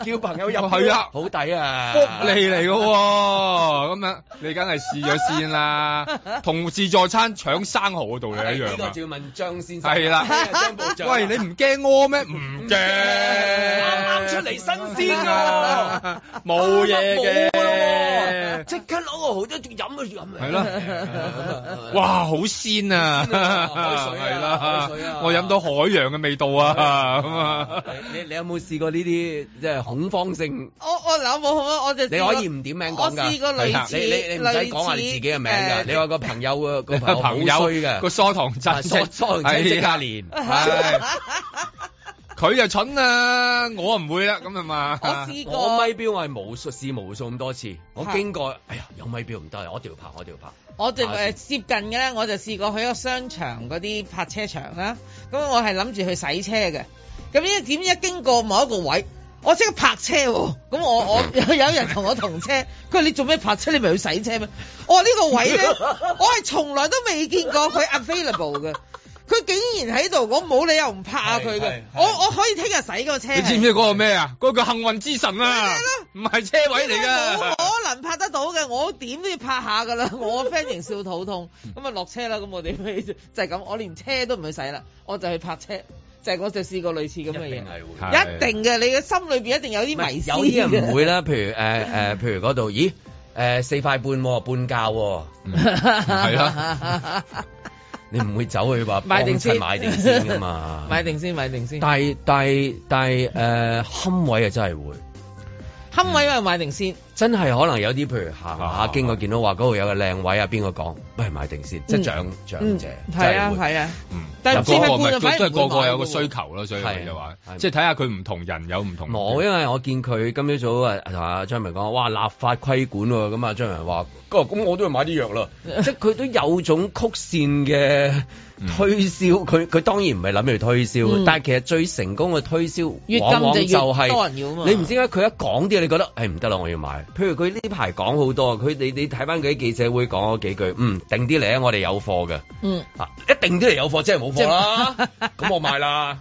叫朋友入
哦係啊
好抵啊！
福利嚟嘅喎，咁樣你梗係試咗先啦，同自助餐搶生蠔嘅道理一
呢
樣
個
啊！
就要問張先生。啊
係啦
張部，長。
喂，你唔驚屙咩？唔
啱
驚，
出嚟新鮮㗎，
冇嘢
啊冇
嘅，
即刻攞個豪樽仲飲啊飲啊！
係咯， 哇，哎好鮮啊，係啦，我飲到海洋嘅味道啊，咁啊，
你你有冇試過呢啲即係恐慌性？
我我嗱我冇我就
你可以唔點名
我
講㗎，啊
試過類似
你你你唔使講話你自己嘅名㗎，你話個朋友啊 個朋友好
朋友
衰㗎，
個疏堂真
疏疏堂真即刻連
係啊佢就蠢啊，我唔會啦，咁啊嘛，
我咪標我係無數試無數咁多次，我經過，哎呀有咪標唔得，我一定要拍，我一定要拍。
我就
啊
誒接近嘅咧，我就試過去一個商場嗰啲泊車場啦。咁我係諗住去洗車嘅。咁呢點一經過某一個位，我即刻泊車喎。咁我 我有有人同我同車，佢話你做咩泊車？你咪去洗車咩？我話呢個 位咧，我係從來都未見過佢 available 嘅。佢竟然喺度，我冇理由唔泊下佢
係係
嘅。我我可以聽日洗個車。
你知唔知嗰個咩啊？嗰個叫幸運之神啊，唔係車位嚟
冇
㗎。
可能拍得到嘅，我點都要拍下 噶啦。我 friend 仍笑肚痛，咁啊落車啦。咁我哋咪 就係咁，我連車都唔去洗啦，我就去泊車。就係我就試過類似咁嘅嘢，一
係
定嘅，你嘅心裏邊一定有啲迷思啊
有啲人 唔會
啦，
啦，譬如誒誒、呃譬如嗰度，咦誒、呃四塊半喎，半價喎，係
嗯
啦，
你唔會走去話
買定先，？
幫襯買定先㗎嘛
買定先，買定先。
但係但係但係誒、呃堪位啊真係會。
坑位咪啊買定先，
真係可能有啲，譬如行下經過見到話嗰度有個靚位啊，邊個講，不如買定先，即係長長者，
嗯係啊
真會
係啊，但
嗯但
係四塊半就反
咪都
而
係個
唔會
個
買
有個
喎
需求咯，所以佢就話
係，
即係睇下佢唔同人有唔同。
冇，因為我見佢今朝早啊同阿張明講，哇立法規管喎，咁啊張明話，哦咁我都要買啲藥 啦，即係佢都有種曲線嘅推銷，佢佢當然唔係諗住推銷，
嗯
但係其實最成功嘅推銷，
越禁就
往往
越
係
多人要啊嘛
你唔知點解佢一講啲嘢，你覺得誒唔得啦，我要買。譬如佢呢排講好多，佢你你睇翻佢啲記者會講嗰幾句，嗯定啲嚟啊，我哋有貨嘅。
嗯，
啊！一定啲嚟有貨，即係冇貨啦。咁我買啦。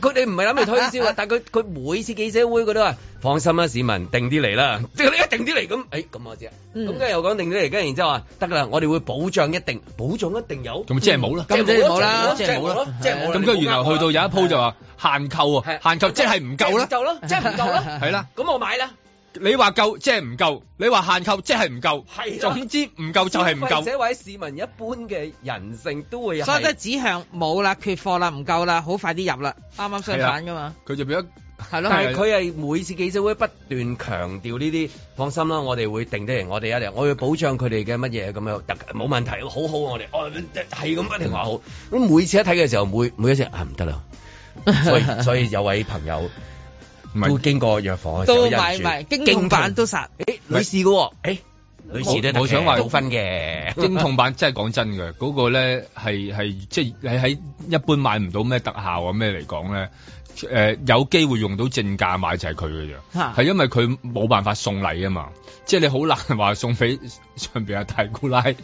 佢哋唔係諗住推銷啊，但係佢佢每次記者會佢都話：放心啦，市民定啲嚟啦。 即係你一定啲嚟咁，誒咁我知啊。咁跟住又講定啲嚟，跟住然之後話得啦，我哋會保障一定，保障一定有。
咁即係冇啦，
咁即係冇啦
即係冇啦，
即係冇啦
咁跟住然後去到有一鋪就話限購啊，限購即係唔夠啦，
夠啦，即係唔夠啦。
係啦。
啊咁我買啦。
你話夠即係唔夠，你話限購即係唔夠，
係啦
總之唔夠就係唔
消費
夠。
者或者市民一般嘅人性都會係
所以都指向冇啦，缺貨啦，唔夠啦，好快啲入啦，啱啱相反噶嘛。
佢就變咗
係咯
但係啊佢係每次記者會不斷強調呢啲，放心啦，我哋會定得嚟，我哋一定，我要保障佢哋嘅乜嘢咁樣，特冇問題，好好我哋，哦係咁不停話好。咁每次一睇嘅時候，每每一隻啊唔得 啦，所以所以有位朋友都經過藥房嘅時候
都
忍
買
住
埋，經痛版都殺。
誒女士嘅喎，誒女士咧
我想話
話分 嘅，
英痛版真係講真嘅，嗰、個咧係係即係喺一般買唔到咩特效啊咩嚟講咧，誒、有機會用到正價買就係佢嘅啫，
嚇
係因為佢冇辦法送禮啊嘛，即係你好難話送俾 上邊阿大姑 奶，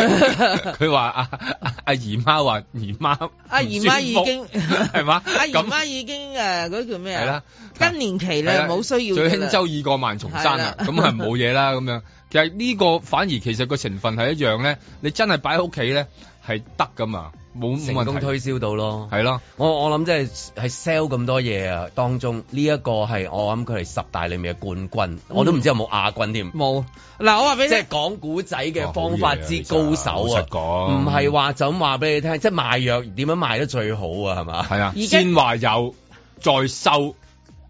佢話阿阿阿姨媽話姨媽
阿姨媽已經
唔舒服 係嘛，
阿姨
咁
媽已經誒嗰啲叫咩
係啦
啊？更年期
係
咧
啦
冇需要
最
㗎
輕
啦
舟已過萬重山啦，
係啦
咁係冇嘢啦咁 樣。其實呢個反而其實個成分係一樣咧，你真係擺喺屋企咧係得噶嘛，冇
成
冇問
功
題。
推銷到咯。
係咯，
我我諗即係係 sell 咁多嘢啊，當中呢一個係我諗佢係十大裡面嘅冠軍，我都唔知有冇亞軍添。
嗯冇哦嗱，我話俾你
即係講古仔嘅方法之高手啊！
講
唔係話就咁話俾你聽，即係賣藥點樣賣得最好啊？係嘛？
係啊，
已經
先話有，再收，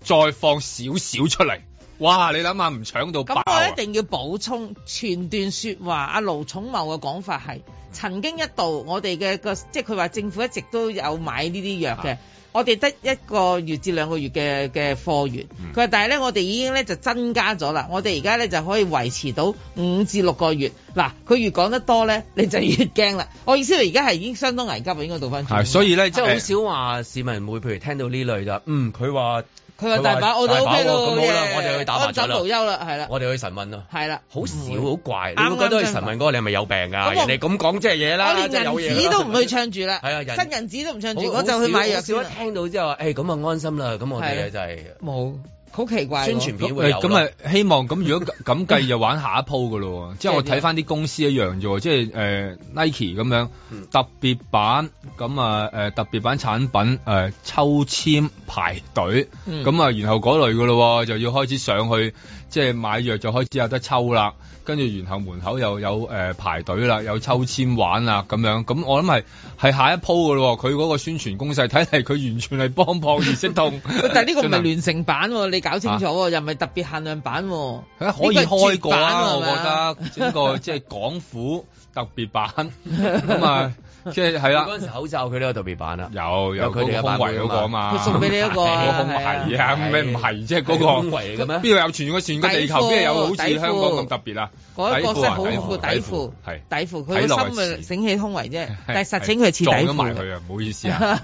再放少少出嚟。哇！你諗下唔搶到爆
咁
啊
我一定要補充全段説話，阿盧寵茂嘅講法係曾經一度我哋嘅個即係佢話政府一直都有買呢啲藥
啊
嘅。我哋得一個月至兩個月嘅嘅貨源，
嗯
佢話、但係咧，我哋已經咧就增加咗啦，我哋而家咧就可以維持到五至六個月。嗱，佢越講得多咧，你就越驚啦。 我意思係而家係已經相當危急啊，應該倒翻轉。
係所以
咧
即係好少話市民會譬如聽到呢類就嗯，佢話
佢話大把，我哋
大
O
把喎
K
咁
咯，
好啦，
耶
我哋去打麻
安
雀
枕
啦
無，憂啦，係啦，
我哋去神問啦。
係啦，
好少好怪，你
啱
應該都係
啱
神
相
問
反
嗰個，你係咪有病啊？
咁我
人哋咁講即係嘢啦，
我
即係有
連
嘢
銀
啦
紙都唔去唱住啦，
係啊人
新銀紙都唔唱住，
好
我就去買藥
好少
先
一
啦。
聽到之後，誒咁啊安心啦，咁我哋
係啊
就係
冇，好奇怪喎。
宣傳片會
誒
有咯
咁啊，希望咁 如果咁咁計就玩下一鋪噶咯喎，即係我睇翻啲公司一樣啫喎，即係誒、呃 Nike 咁樣
嗯
特別版，咁啊誒特別版產品誒、呃抽籤排隊，
嗯
咁啊、然後嗰類噶咯喎，就要開始上去即係買藥就開始有得抽啦，跟住然後門口又有誒、呃排隊啦，有抽籤玩啦咁樣，咁我諗係係下一鋪噶咯喎，佢嗰個宣傳攻勢睇嚟佢完全係幫撲熱息痛
喂， 但係呢個 唔
真係
係聯成版喎，你搞清楚喎，又唔係特別限量版喎。
啊可以開過啊，
呢個係絕版喎係咪啊
我覺得整個即係港府特別版咁啊，即係係啦。
嗰陣時口罩佢都有特別版啦，
有
有
有
佢哋嘅
嗰個胸
版本
圍嗰個啊嘛，
佢送俾你 一個啊
嗰個胸圍啊，
係啊
咩唔係即係嗰
係
個
胸圍嚟嘅咩
邊度有全個全個地球邊度有好似
底褲
香港咁特別啊？
嗰一個
底褲
真係
啊
好
褲
闊底褲，
係
底
睇
褲佢
落
個
係
心咪
似
醒起胸圍啫，但係實情佢係似
撞
底
咗埋
褲。
佢啊！唔好意思 啊，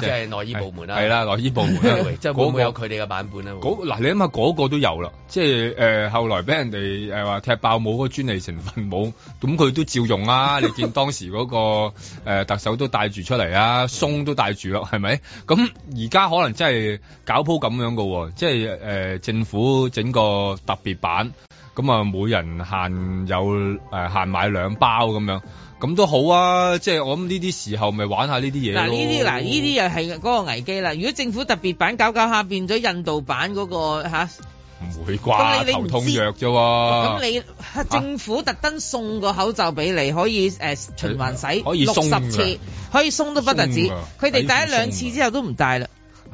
即係內衣部門啦
係啦，內衣部門啊 啦，
即係會唔會有佢哋嘅版本咧？
嗰嗱，你諗下嗰個都有啦，即係誒、呃、後來俾人哋呃誒話踢爆冇嗰個專利成分冇， 咁佢都照用啊！ 你見當時嗰、個、呃、特首都帶住出嚟啊，松都帶住咯，係咪？咁而家可能真係搞鋪咁樣嘅喎，即係誒、呃政府整個特別版，咁啊每人限有誒、呃限買兩包咁樣，咁都好啊！即係我諗呢啲時候咪玩下呢啲嘢
嗱呢啲
咯
嗱呢啲又係嗰個危機啦。如果政府特別版搞搞下變咗印度版嗰個嚇，
唔會
咁
啩？
你你唔
頭痛
知
藥啫
咁
喎。
你啊政府特登送個口罩俾你，可以誒循環洗
可以
六
鬆㗎
十次，可以鬆都不特止。
鬆㗎
佢哋第一兩次之後都唔戴啦。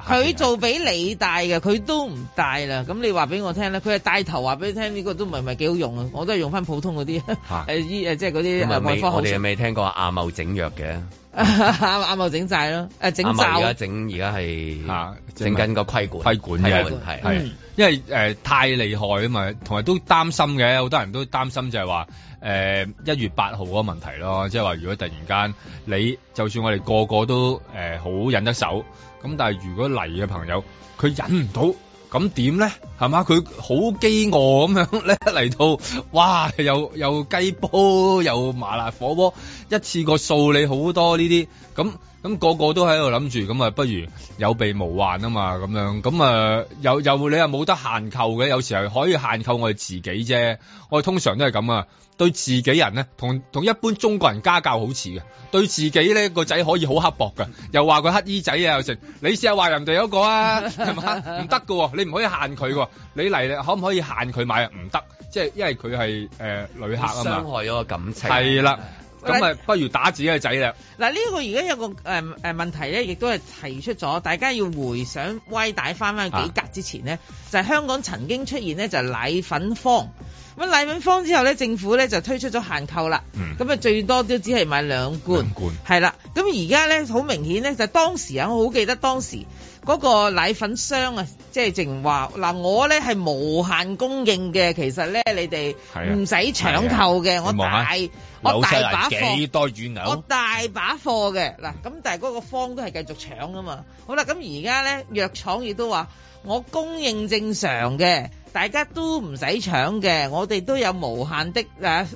佢做俾你戴嘅，佢都唔戴啦。咁你話俾我聽咧，佢係帶頭話俾你聽，呢、個都唔係咪幾好用啊？我都係用翻普通嗰啲 誒醫誒，即係嗰啲
咁啊
誒外
未
科
我
口
哋又
罩。
未聽過阿茂整藥嘅，
啱啱整晒咯，誒
阿
整
茂啊而
罩
家。整而家係
整
整緊個規管
規管嘅
規管係
係，因為誒、呃太厲害啊嘛，同埋都擔心嘅，好多人都擔心就係話誒一月八號嗰個問題咯，即係話如果突然間你就算我哋個個都誒呃好、忍得手，咁但係如果嚟嘅朋友佢忍唔到。咁點咧？係嘛？佢好飢餓咁樣咧 嚟到，哇！又又雞煲又麻辣火鍋，一次過掃你好多呢啲，咁咁個個都喺度諗住，咁啊不如有備無患啊嘛，咁樣咁啊又又你又冇得限購嘅，有時係可以限購我哋自己啫，我哋通常都係咁啊，對自己人咧，同同一般中國人家教好似嘅，對自己咧個仔可以好刻薄嘅，又話佢乞衣仔啊又成，你試下話人哋嗰個啊， 係嘛？唔得嘅喎，你唔可以限佢喎，你嚟可唔可以限佢買啊？唔得，即係因為佢係誒旅客啊嘛。
傷害咗個感情。
係啦。咁咪不如打自己嘅仔啦。
嗱，呢個而家有個誒誒、呃、問題咧，亦都係提出咗，大家要回想歪帶翻翻
啊
幾格之前呢，就係、香港曾經出現呢，就係、奶粉荒。咁奶粉荒之後咧，政府咧就推出咗限購啦。
嗯
咁啊、最多都只係買兩罐。
兩罐
係啦。咁而家咧好明顯咧，就當時啊，我好記得當時嗰個奶粉商啊，即係淨話嗱，我咧係無限供應嘅，其實咧你哋
係啊
唔使搶購嘅，
係啊
我
你望下
大我
紐西
大把
蘭
貨
幾。多乳牛啊
我？大把貨嘅嗱，咁但係嗰個方都係繼續搶啊嘛。好啦，咁而家咧藥廠亦都話我供應正常嘅，大家都唔使搶嘅，我哋都有無限的誒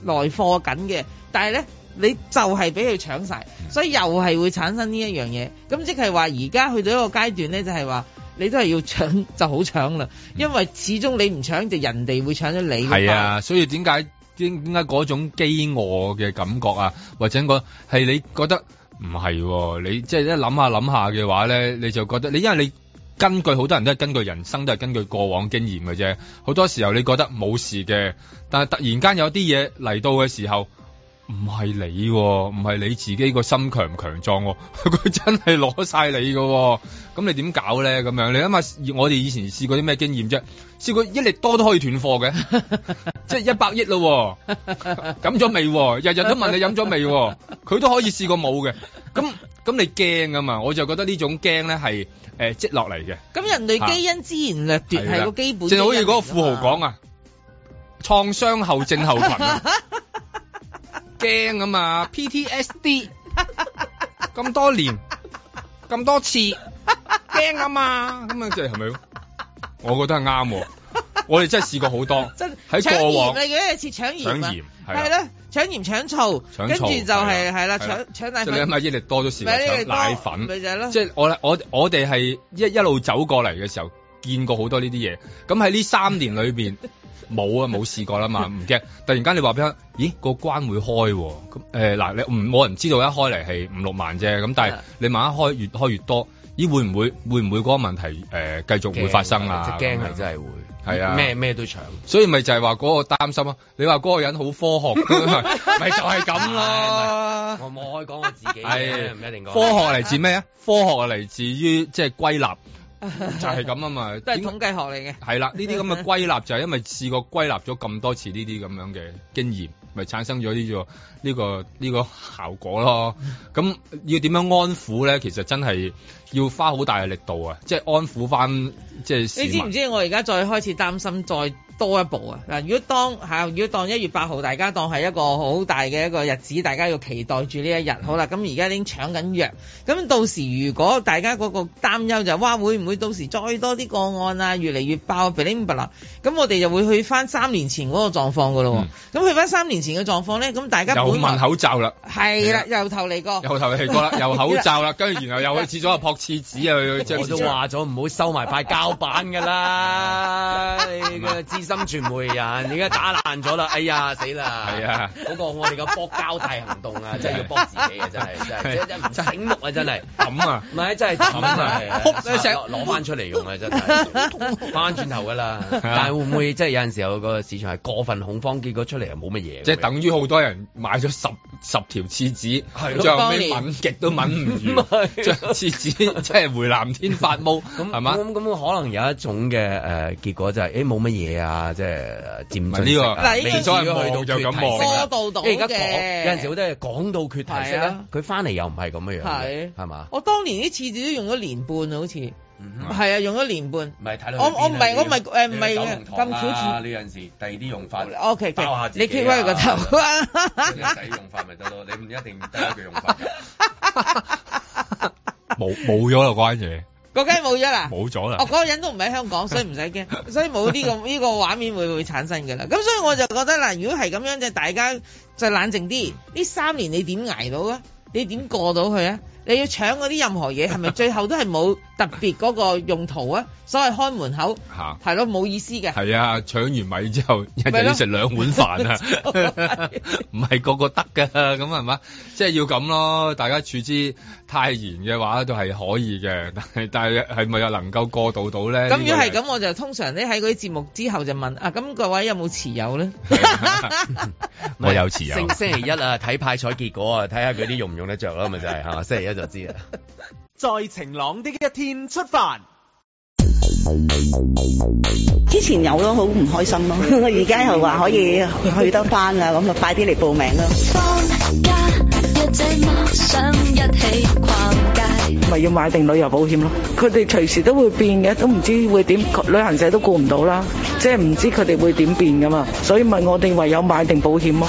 內貨緊嘅，但係咧。你就係俾佢搶晒，
嗯
所以又係會產生呢一樣嘢。咁即係話而家去到一個階段咧，就係話你都係要搶就好搶啦，因為始終你唔搶就人哋會搶咗你。
嗯係，啊，所以點解點點解嗰種飢餓嘅感覺啊，或者個係你覺得唔係喎，你即係一諗下諗下嘅話咧，你就覺得你因為你。根據好多人都係根據人生都係根據過往經驗嘅啫，好多時候你覺得冇事嘅，但係突然間有啲嘢嚟到嘅時候，唔係你喎、唔係你自己個心強唔強壯喎、 佢真係攞晒你嘅喎、咁你點搞咧？咁樣你諗下，我哋以前試過啲咩經驗啫？試過一力多都可以斷貨嘅，即係一百億 咯、飲咗未喎？日日都問你飲咗未喎？佢都可以試過冇嘅，咁咁你驚啊嘛？我就覺得呢種驚咧係誒積落嚟嘅。
咁人類基因資源掠奪
啦
係個基本基因
啊正
嚟㗎嘛，
好似嗰個富豪講啊，創傷後症候群 啊，驚啊嘛，PTSD 咁多年咁多次驚啊嘛，咁啊即係係咪咯？我覺得係啱喎，我哋真係試過好多
真，
喺過往
搶鹽啊！有一次搶鹽啊
搶鹽，係
係
啦
啦，搶鹽搶醋，
搶醋
跟住就係係啦，
係啦
搶搶奶
即係你諗
粉
下，益力多都試過
咪益
搶
力多
奶粉，
咪就係咯
即係我我我哋係一一路走過嚟嘅時候，見過好多呢啲嘢。咁喺呢三年裏邊，冇啊冇試過啦嘛，唔驚。突然間你話俾我，咦個關會開喎、咁誒嗱，你唔冇人知道一開嚟係五六萬啫，咁但係你慢慢開越開越多，咦會唔會會唔會嗰個問題誒、呃、繼續會發生啊？
即係驚
咁樣
係真係會，
係啊
咩咩都搶。
所以咪就係話嗰個擔心咯。你話嗰個人好科學，咪就係咁 咯。
我冇可以講我自己
係
嘅，唔一定講
科學嚟自咩 啊？科學嚟自於即係歸納，就係咁啊嘛。
都係統計學嚟嘅。
係啦，呢啲咁嘅歸納就係因為試過歸納咗咁多次呢啲咁樣嘅經驗，咪產生咗呢個呢個呢個效果咯。咁要點樣安撫咧？其實真係要花好大嘅力度啊！即係安撫翻即係市
你知唔
民。
知我而家再開始擔心再多一步啊？嗱，如果當嚇，如果當一月八號大家當係一個好大嘅一個日子，大家要期待住呢一日。好啦，咁而家已經搶緊藥，咁到時如果大家嗰個擔憂就係哇，會唔會到時再多啲個案啊，越嚟越爆 b l i n 咁我哋就會去翻三年前嗰個狀況噶
嗯
咯喎。咁、去翻三年前嘅狀況咧，咁大家
又
本來哦
問口罩啦，
係啦，由頭嚟過，
又頭氣過啦，又口罩啦，跟住然後又去廁所又撲廁紙啊，即係
我都話咗唔好收埋塊膠板㗎啦，你個資深傳媒人，你而家打爛咗啦，哎呀死啦！
係啊
嗰個我哋嘅搏交替行動啊，真係要搏自己啊，真係真係真係唔醒目啊，真係
咁啊，
唔係真係咁啊，
哭一聲
攞翻出嚟用啊，真係翻轉頭㗎啦。但係會唔會即係有陣時候個市場係過分恐慌，結果出嚟又冇乜嘢？
即係等於好多人買咗十十條廁紙，
係咯
最後尾揾極都揾 唔完，將廁紙 即係回南天發毛，
嗯
咁
係嘛？
咁咁可能有一種嘅誒結果就係誒冇乜嘢啊，即係
唔
漸
係
進
呢個
嗱
你所謂望就咁望啦
過度到
因為而家
嘅
講有陣時好多嘢講到決題式
係
啦
啊，
佢翻嚟又唔係咁樣樣嘅
係，
係嘛？
我當年啲廁紙都用咗年半啊，好似。
嗯
係啊，用咗年半。
唔係睇
我我唔係我唔係誒唔係
咁
咁
呢
苦
陣時第二啲用法
處。O K
包下
K，
自己
你揭開個頭啊！
第二用法咪得咯，你唔一定得一個用法
冇冇咗啦嗰間嘢，
嗰間冇咗啦，
冇咗啦
哦，嗰個人都唔喺香港，所以唔使驚，所以冇呢個呢個畫面會會產生嘅啦。咁所以我就覺得嗱，如果係咁樣就大家就冷靜啲。呢三年你點捱到啊？你點過到去啊？你要搶嗰啲任何嘢，係咪最後都係冇特別嗰個用途啊，所謂開門口
嚇
係咯冇意思嘅。
係啊，搶完米之後，一
咪
日
咯
要食兩碗飯 啊，唔係個個得㗎，咁係嘛？即係要咁咯，大家處之泰然嘅話，都係可以嘅，但係但係係咪又能夠過渡到咧？
咁如果係
呢個
咁，我就通常咧喺嗰啲節目之後就問啊，咁各位有冇持有咧？
我有持有
星星期一啊，睇派彩結果啊，睇下佢啲用唔用得着咯，咪就係係嘛？星期一就知啦。
在晴朗的一天出發。
之前有咯，好唔開心咯。而家又話可以去得翻啦，咁就啊快啲嚟報名啦。
咪要買定旅遊保險咯。佢哋隨時都會變嘅，都唔知會點，旅行社都顧唔到啦，即係唔知佢哋會點變噶嘛。所以咪我哋唯有買定保險咯。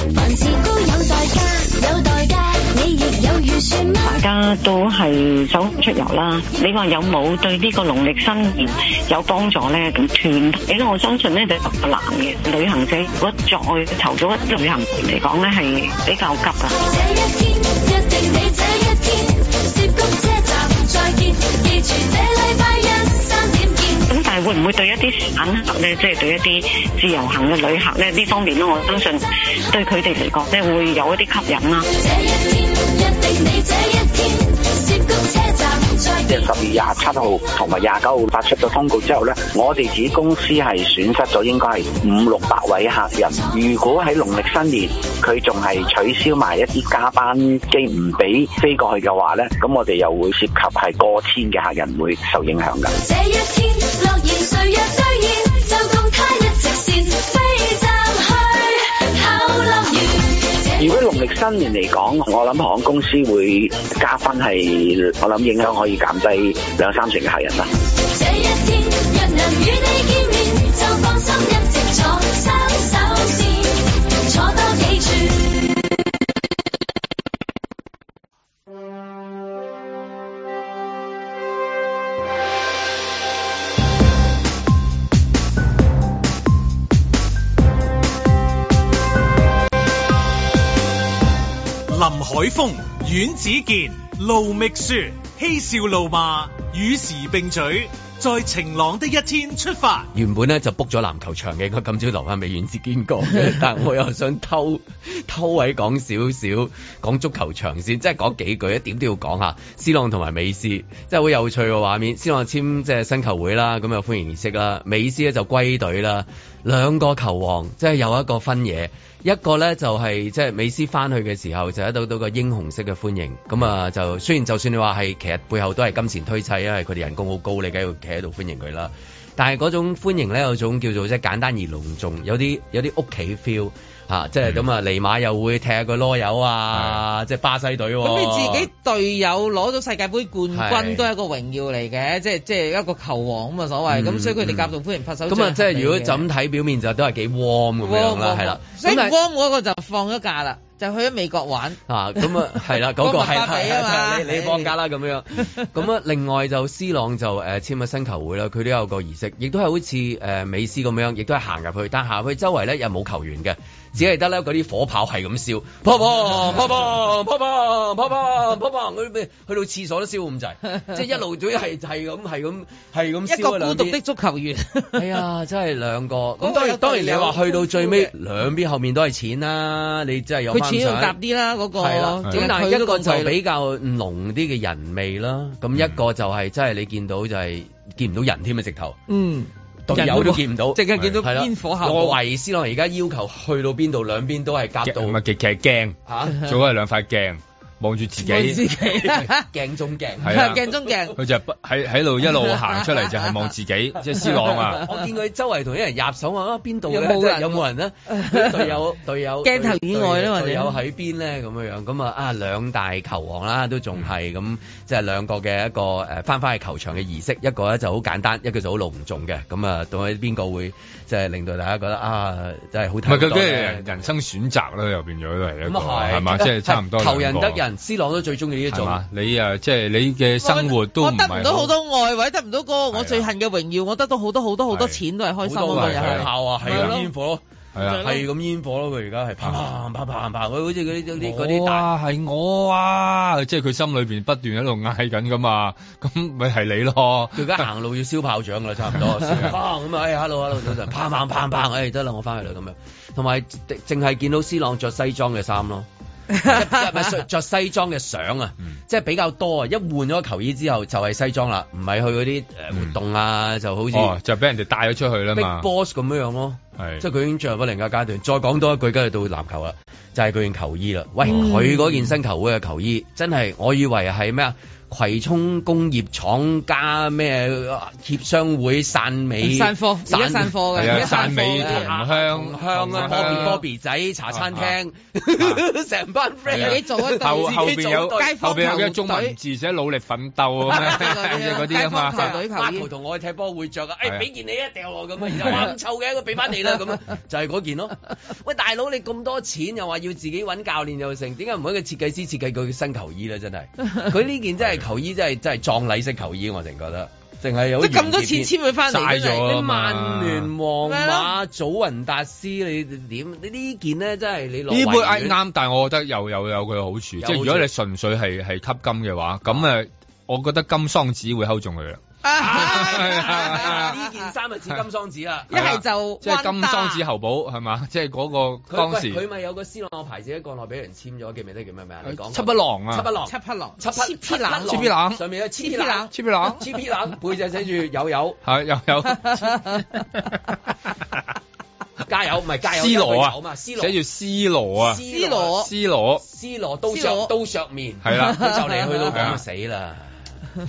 大家都係走出遊啦，你話有冇對呢個農曆新年有幫助咧？咁團體咧，我相信咧就特別難嘅。旅行社如果再籌組一旅行團嚟講咧，係比較急啊。咁但係會唔會對一啲散客咧，即係對一啲自由行嘅旅客咧呢方面咧，我相信對佢哋嚟講咧會有一啲吸引啦。
即係十月廿七號同埋廿九號發出咗通告之後呢，我哋自己公司係損失咗應該係五六百位客人。如果喺農曆新年佢仲係取消埋一啲加班機唔俾飛過去嘅話呢，咁我哋又會涉及係過千嘅客人會受影響㗎。如果農曆新年嚟講，我諗航空公司會加分係，我諗影響可以減低兩三成嘅客人啦。
林海峰、阮子健、路觅雪，嬉笑怒罵，與時並舉，在晴朗的一天出發。
原本咧就 book 咗籃球場嘅，我今朝留翻俾阮志堅講嘅，但我又想偷偷位講少少，講足球場先，即係講幾句，一點都要講下。斯朗同埋美斯，即係好有趣嘅畫面。斯朗簽即係新球會啦，咁又歡迎儀式啦，美斯咧就歸隊啦，兩個球王即係有一個分野。一個咧就係即係美斯翻去嘅時候就得到到個英雄式嘅歡迎，咁啊就雖然就算你話係其實背後都係金錢推砌，因為佢哋人工好高，你梗係要企喺度歡迎佢啦。但係嗰種歡迎咧有種叫做即係簡單而隆重，有啲有啲屋企 feel 嚇、即係咁啊尼馬又會踢下個囉柚啊，即係巴西隊喎、
咁你自己隊友攞到世界盃冠
係
軍都係一個榮耀嚟嘅，即係即係一個球王咁啊所謂，咁、
嗯
所以佢哋夾道歡迎拍手掌
咁啊，即係如果
係嘅
就咁睇表面就都係幾 warm 咁樣啦，係啦。
所以 warm 嗰個就放咗假啦，就去咗美國玩。
啊，咁 啊，係啦，嗰個係啦，
啊
係啦你你放假啦咁樣。咁啊，另外就 C 朗就誒簽咗新球會啦，佢都有個儀式，亦都係好似誒美斯咁樣，亦都係行入去，但行入去周圍咧又冇球員嘅，只係得咧嗰啲火炮係咁 燒，砰砰砰砰砰砰砰砰砰砰，佢咩去到廁所都燒咁 滯，即係一路都係係咁係咁係咁燒
一個
啊
孤
兩
獨
邊
的足球 員。
係啊，真係兩個。咁
嗰個
當
有
然當然，你話去到最尾
有
兩邊後面都係錢啦，你真係有
佢
翻
錢要夾
上。
啲啦，嗰、個
係啦，
淨
咁
係
但
佢
係
都
一個
咁
就
貴啦
比較濃啲嘅人味啦，咁一個就係真係你見到就係見唔到人添啊，直頭。
嗯，
隊友都見唔到，
淨係見到
係啦
煙火效果
我懷疑斯朗而家要求去到邊度，兩邊都係夾到
唔係其其實驚
嚇
最好係兩塊鏡望住自
望住
己
自 己。鏡中鏡，
係啊
鏡中鏡。
佢就不喺喺度一路行出嚟就係望 自己，即係 C 朗啊！
我見佢周圍同啲人入手啊，邊度
有
咧？
冇
即係
人
有冇人咧？啲隊友隊友
鏡頭以外咧或者
隊友喺邊咧？咁樣樣咁啊啊！兩大球王啦，都仲係咁，即係兩個嘅一個誒翻返去球場嘅儀式，一個咧就好簡單，一個就好隆重嘅。咁啊，到底邊個會即係令到大家覺得啊，真係好
唔係
睇
佢
好
即
多
係
咧
人？人生選擇啦，又變咗都係一個
咁啊係
係嘛，即係差唔多
求
兩
人
個
得人，C 朗都最中意呢一
係
種。
嘛？你啊，即係你嘅生活都
我
唔
得唔
係
到好多愛，或者得唔到嗰個我最恨嘅榮耀，我得到好多好多好多錢都係開心啊嘛，又係
好多人去校啊，係
咪
啊
咯
煙火咯。
係啊
係咁煙火咯，佢而家係砰砰砰砰砰，佢好似嗰啲嗰啲嗰啲
我
大。
啊，係我啊，即係佢心裏邊不斷喺度嗌緊噶嘛，咁咪係你咯。
佢而家行路要燒炮仗㗎啦，差唔多。砰咁啊！哎，hello hello，早晨，砰砰砰砰，哎，得啦，我翻去啦咁樣。同埋淨係見到 C 朗着西裝嘅衫咯。即係唔係着西裝嘅相啊，即係比較多啊！一換咗球衣之後就係西裝啦，唔係去嗰啲誒活動啊，就好似
哦，啊就俾人哋帶咗出去啦
Big
嘛。
Boss 咁樣樣咯。
係
即係佢已經進入咗另一個階段。再講多一句，跟住到籃球啦，就係佢件球衣啦。喂，
嗯
佢嗰件新球會嘅球衣真係，我以為係咩啊？葵涌工業廠加咩啊協商會汕尾
散貨嗯而家散貨
係
嘅而
啊，
家散
汕
貨
尾
嘅
同鄉
香啊，Bobby 啊 Bobby 仔茶餐廳，成班 friend
自己做一隊
後後
自己
邊
做
有
一隊
後邊有嘅中文字寫努力奮鬥咁樣嗰啲啊嘛。
孖球同我去踢波會着啊！
係啊
誒，俾件你啊，掉落咁啊，然後話咁臭嘅，佢俾翻你啦咁啊，就係嗰件咯。喂，大佬，你咁多錢又話要自己揾教練又成，點解唔揾個設計師設計佢嘅新球衣咧？真係，佢呢件真係球衣真係真係葬禮式球衣，我成覺得。淨係有
即係咁多錢簽佢返嚟
晒
真係
咗啊嘛
你
曼聯、皇
係
馬、
咯
祖雲達斯，你點？你呢件咧真係你落
呢杯
維園
啱，但係我覺得又有有佢嘅好處，即係如果你純粹係係吸金嘅話，咁誒，我覺得金桑子會睺中佢啦。
啊
呢件衫就似金桑子啊啦，
一係
就
即係金桑子後補係嘛？即係嗰個
佢
當
喂佢
時
咪有個 C 朗嘅牌子喺國內俾人簽咗，記唔記得叫咩名啊？你講
七匹狼啊
七匹狼，
七匹狼，
七匹
七匹狼
七
七匹狼
上面有七匹
狼
七匹狼
七匹狼，背脊寫住有有
係又有
加油，唔係加油
斯羅
有
啊，
嘛斯羅
寫住斯羅啊，
斯羅
斯羅
斯羅刀
斯
削
羅
刀削面，
係啦
佢就嚟去到
係啊
咁死啦，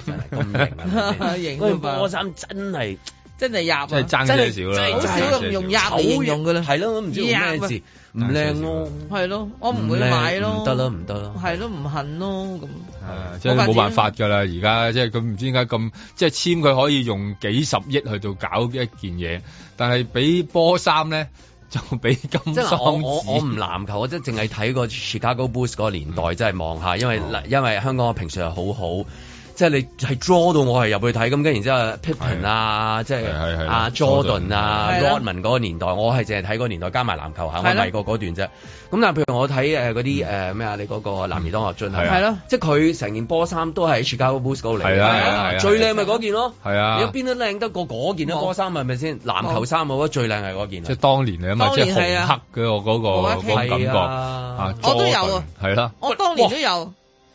真 係咁型啊！
型
喂
啊嘛
波衫真係〜
真係入啊，
真係爭
真
咗
係
少啦
真係好少用用入嚟形容㗎啦，
係咯，唔知用咩字，唔靚咯，
係咯，我唔會
唔靚
買咯，
唔得啦唔得啦
係咯，唔恨咯咁，
啊即係冇辦法㗎啦，而家即係佢唔知點解咁，即係簽佢可以用幾十億去到搞一件嘢，但係俾波衫咧就俾金
即
桑
係我我我唔
子。
籃球，我真係淨係睇過 Chicago Bulls 嗰個年代，真係望下，因為
哦
因為香港嘅平時係好好。即係你係 draw 到我係入去睇咁，跟然之後 Pippen 啊，即係
係
啊 Jordan 啊
係啦
，Rodman 嗰個年代，我係淨係睇嗰個年代加埋籃球嚇，我
係啦
睇過嗰段啫。咁但係譬如我睇誒嗰啲誒咩啊，你嗰個男兒當入樽
嗯係啊係
咯，
即係佢成件波衫都係 Chicago Bulls 嗰度嚟
係啊係啊係
嘅，
啊
最靚咪嗰件咯，
係啊
你邊都靚得過嗰件啦，波衫係咪先？籃球衫我覺得最靚係嗰件啊。
即係當年嚟啊嘛，
當
即
年
係
係
紅
啊
黑嘅我嗰個
冇
嗰
得
個感
傾
覺
啊
啊，
我都有啊
Jordan，係啦。
我當年都有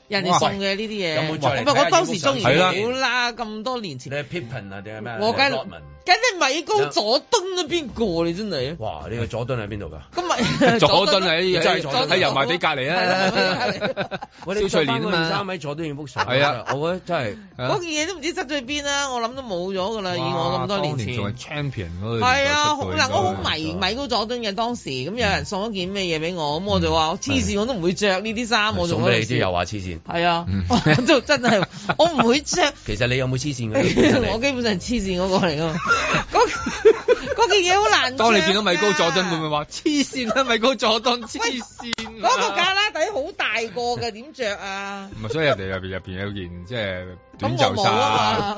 人哋送嘅呢啲嘢，
有冇再嚟
唔係我
睇下
當
影
時
相
中意
係啦
好啦，咁多年前
你係 Pippen 啊定係咩啊？
我梗
你係
係
Rodman
梗係米高佐敦啊，邊個你真係？
哇！你個佐敦喺邊度㗎？
咁 咪
佐敦啊喺
真係
喺
佐敦
喺油麻地隔離啊，
我
蕭翠蓮啊嘛
衫喺佐敦影幅相。
係啊，
我覺得真
係啊
嗰件嘢都唔知執咗去邊啦，我諗都冇咗噶啦，以我
哇
咁多
當
前。
仲係 champion 嗰個年代
係啊，
出
好
過
嗱，我好
應該嗯
迷米高佐敦嘅當時，咁有人送咗件咩嘢俾我，咁我就話我黐線，我都唔會着呢啲衫，我
係。送
仲喺度
俾你啲
笑
又話黐線。
係啊，
嗯
我都真係我唔 會着。
其實你有冇黐線 㗎？
我基本上係黐線嗰個嚟噶嘛，嗰嗰件嘢好 難。
當你見到米高佐敦，會唔會話黐線啊？米高佐敦黐線
嗰
啊！
個架拉底好大個嘅，點着啊？
唔係，所以人哋入邊入邊有件即係
咁
短袖
我冇
衫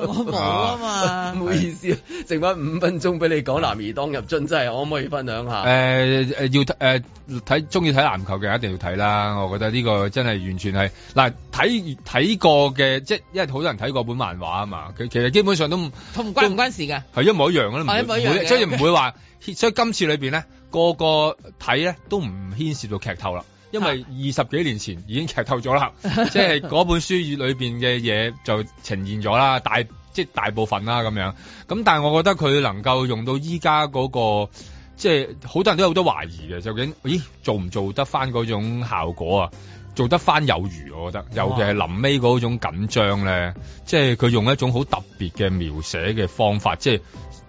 啊嘛，我冇啊嘛。
唔好意思，剩翻五分鐘俾你講男兒當入樽，真係可唔可以分享下？
誒誒要睇誒睇中意睇籃球嘅一定要睇啦，我覺得呢個真係完全係嗱睇睇過嘅，即係因為好多人睇過本漫畫啊嘛，佢其實基本上都唔
同唔關唔關事㗎？
係一模一樣嘅啦，唔
係
會
哦一模
唔
一樣嘅
會所以唔會話， 所以今次裏邊咧個個睇咧都唔牽涉到劇透啦。因為
啊
二十幾年前已經劇透咗 啦，即係嗰本書裏邊嘅嘢就呈現咗啦，大即係大部分啦咁樣。咁但係我覺得佢能夠用到依家嗰個，即係好多人都有好多懷疑嘅，究竟咦做唔做得翻嗰種效果啊？做得翻有餘，我覺得，尤其係臨尾嗰種緊張咧，即係佢用一種好特別嘅描寫嘅方法，即係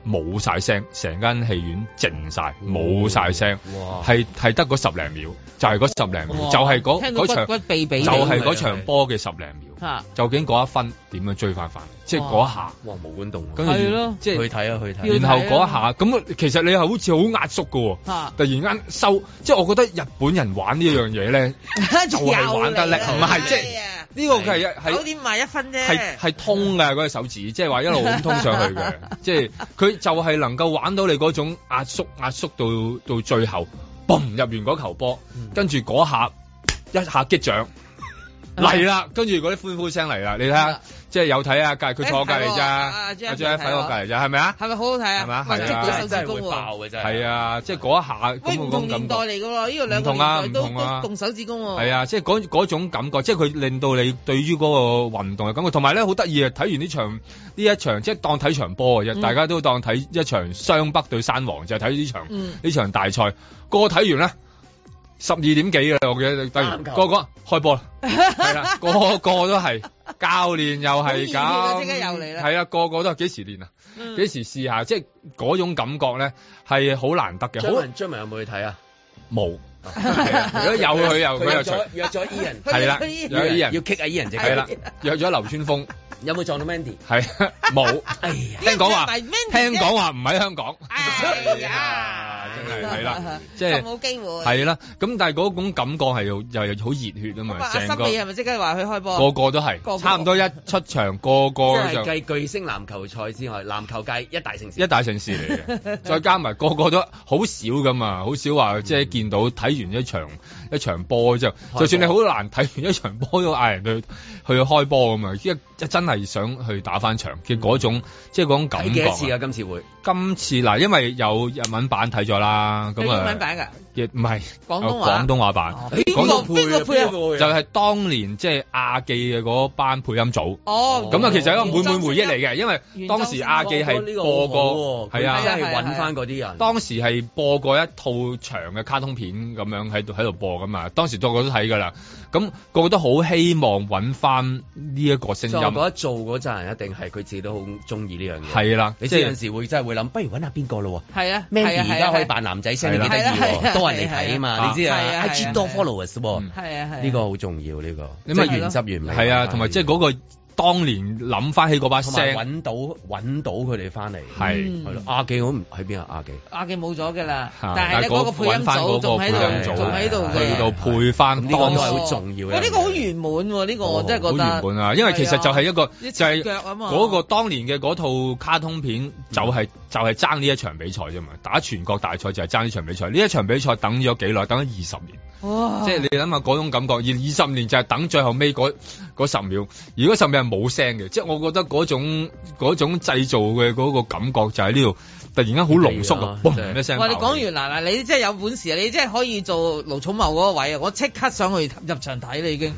冇晒聲，成間戲院靜晒，
哦
冇晒聲，
哇
係係得嗰十零秒，就係嗰十零秒，
哇
就係嗰
聽到
嗰場
骨骨鼻鼻
就係
地
嗰場波嘅十零秒。
嚇
究竟嗰一分點樣追翻翻嚟？即係嗰一下，
哇毛管動，
跟住
係咯
即係
去睇啊去睇啊，
然後嗰一下，咁其實你係好似好壓縮㗎喎。
嚇
突然間收，即係我覺得日本人玩呢樣嘢咧， 就係玩得叻，唔係即係呢個佢係係
啊九點賣一分啫，
係係通嘅嗰隻手指，即係話一路咁通上去 嘅，即係佢就係能夠玩到你嗰種壓縮壓縮到到最後，嘣入完嗰球波，跟住嗰下一下擊掌。嚟啦，跟住嗰啲歡呼聲嚟啦，你睇下，即係有睇啊，隔佢坐我隔離咋，
啊啊
阿
Jeff，
Jeff 喺我隔離咋，係咪啊？
係咪好好睇啊？
係咪啊
哇
係啊
捉到手指
真係
公
會爆
喎，
嘅真係。
係啊，即係嗰一下
喂
咁
唔
嗰
同
種感
年代
覺。
嚟㗎喎，呢個
唔
兩個年
同啊
代都
唔同啊
都動手指公喎。
係啊，即係嗰嗰種感覺，即係佢令到你對於嗰個運動嘅感覺，同埋咧好得意啊！睇完呢場呢一場，即係當睇場波嘅啫，
嗯
大家都當睇一場雙北對山王，就係睇呢場
嗯
呢場大賽。個個睇完咧，十二點幾嘅啦，我記得睇完，
啱球
個個開波 啦，係啦，個個都係教練又
好熱
係
血啊
咁，
即刻又嚟啦
係啊，個個都係幾時練啊？
嗯
幾時試下？即係嗰種感覺咧係好難得嘅，
張
好
文張文有冇去睇啊？
冇。 啊如果有佢又佢又除
咗。約咗 E 人，
係啦有 E 人
要 kick 啊 E 人隻腳
係啦，約咗劉川峰，
有冇撞到 Mandy？哎
係啊冇。聽講話，
呢個
聽講話唔喺香港，
哎呀，
真 係係 啦，即
就
係
冇機會。
係啦。咁但係嗰種感覺係又又又好熱血啊
咁啊，
嘛，
阿
成
森
個
美係咪即刻話佢開波？啊
個個都係
個個，
差唔多一出場個個
即
就
係繼巨星籃球賽之外，籃球界一大城市。
一大城市嚟嘅，再加埋個個都好少噶嘛，好少話即係見到睇完一場一場波之後，就算你好難睇完一場波都嗌人去去開波咁啊！一一真係想去打翻場嘅嗰種，即係嗰種感
睇
覺
幾
啊。
多次啊？今次會
今次嗱，因為有日文版睇咗啦，
佢
咁
英文
啊，
版㗎，
亦唔係
廣東
有
話
廣東話版，廣
哦
東
哎邊個配啊？
就係當年即係亞記嘅嗰班配音組。
哦，
咁啊，其實係一個滿滿回憶嚟嘅，因為當時亞記係播過，
係
係
啊，真
啊，
係揾翻嗰啲人。
當時係播過一套長嘅卡通片咁樣喺度喺度播噶嘛，當時個個都睇噶啦，咁個個都好希望揾翻呢一個聲
所以我覺
音，
得做嗰陣人一定係佢自己都好中意呢樣嘢。
係啦
你
即
知
係
有陣時會真係會諗，不如揾下邊個咯喎。
係啊
Mandy
係啊
而家可以扮男仔聲，都幾得意
係啦係啊
喎，多人嚟睇啊
係啊
嘛，你知
係啊係
啊
啊
，IG 多 followers 喎，
係啊係啊
呢個好重要呢個，
你
即
咪
係原汁原味。
係啊，同埋即係嗰個當年諗翻起嗰把
同埋
聲，
揾到揾到佢哋翻嚟，
係
係咯。亞記我唔喺邊啊？亞記
亞記冇咗㗎啦，
啊
但係咧嗰個配音
揾返嗰個
組仲
配
喺
音
度，
組
仲喺度
去
嘅。
到配翻
咁呢個
當
都
時
係好重要嘅。
我呢個好圓滿喎，呢個我真係覺得
好原本啊，因為其實就係一個
係啊
就係
一隻腳啊嘛嗯
嗰個當年嘅嗰套卡通片就係就係爭呢一場比賽啫嘛，打全國大賽就係爭呢場比賽，呢一場比賽等咗幾耐？等咗二十年。
哇！
即係你諗下嗰種感覺，而二十年就係等最後尾嗰嗰十秒，而嗰十秒係冇聲嘅，即係我覺得嗰種嗰種製造嘅嗰個感覺就喺呢度，突然間好濃縮啊，
係啊真
嘣
係
一聲
哇！
爆
你
起。
講完啦嗱，你真係有本事啊！你真係可以做盧寵茂嗰個位啊！我即刻上去入場睇你已經，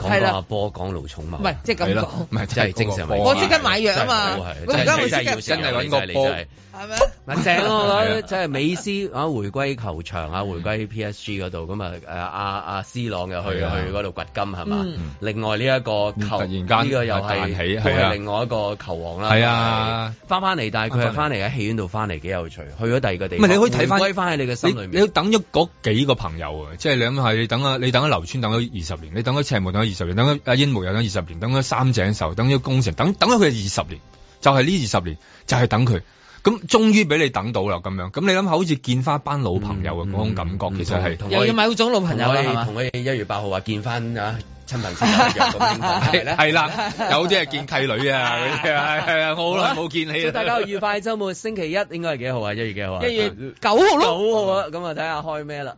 講
係
講
啦
下，波，講盧寵茂。
唔係即係
啊係
咁
啦嗯
講，
唔係
真係精神為
嗰個
我即刻買藥啊
真係好
嘛
係！
我而家會
真係
即刻
真
真
係要
係揾個波
係咪？
嗱正啊我覺得 即係美斯啊，回歸球場啊，回歸 PSG 嗰度咁啊，誒阿阿 C 朗又去
係啊嗯
去嗰度掘金係嘛
嗯？
另外呢一個球，
突然間
呢個又
彈起
係都
係啊
係另外一個球王啦。
係啊，
翻翻嚟，但係佢係翻嚟喺戲院度翻嚟幾有趣，去咗第二個地
唔係
方。
你可以睇返
回歸翻喺你嘅心裏
你
面。
你等咗嗰幾個朋友啊，即係你諗下，你等啊，你等咗劉村等咗二十年，你等咗赤木等咗二十年，等咗阿櫻木又等咗二十年，等咗三井壽，等咗宮城，等等咗佢二十年，就係呢二十年，就係等佢。咁終於俾你等到啦，咁樣咁你諗下，好似見翻班老朋友啊
嗯
嘅嗰種感覺，其實係
同
又要買好種老朋友啦，係嘛？
嗯同佢一月八號話見翻啊親朋戚友一樣 咁興奮嗯係咧。
係啦，有啲係見契女啊，嗰啲啊係啊，我好耐冇見你
祝
啦。
大家有愉快週末，星期一應該係幾號哎啊？一月幾號啊？
一月九號咯。
九號啊，咁啊睇下開咩啦。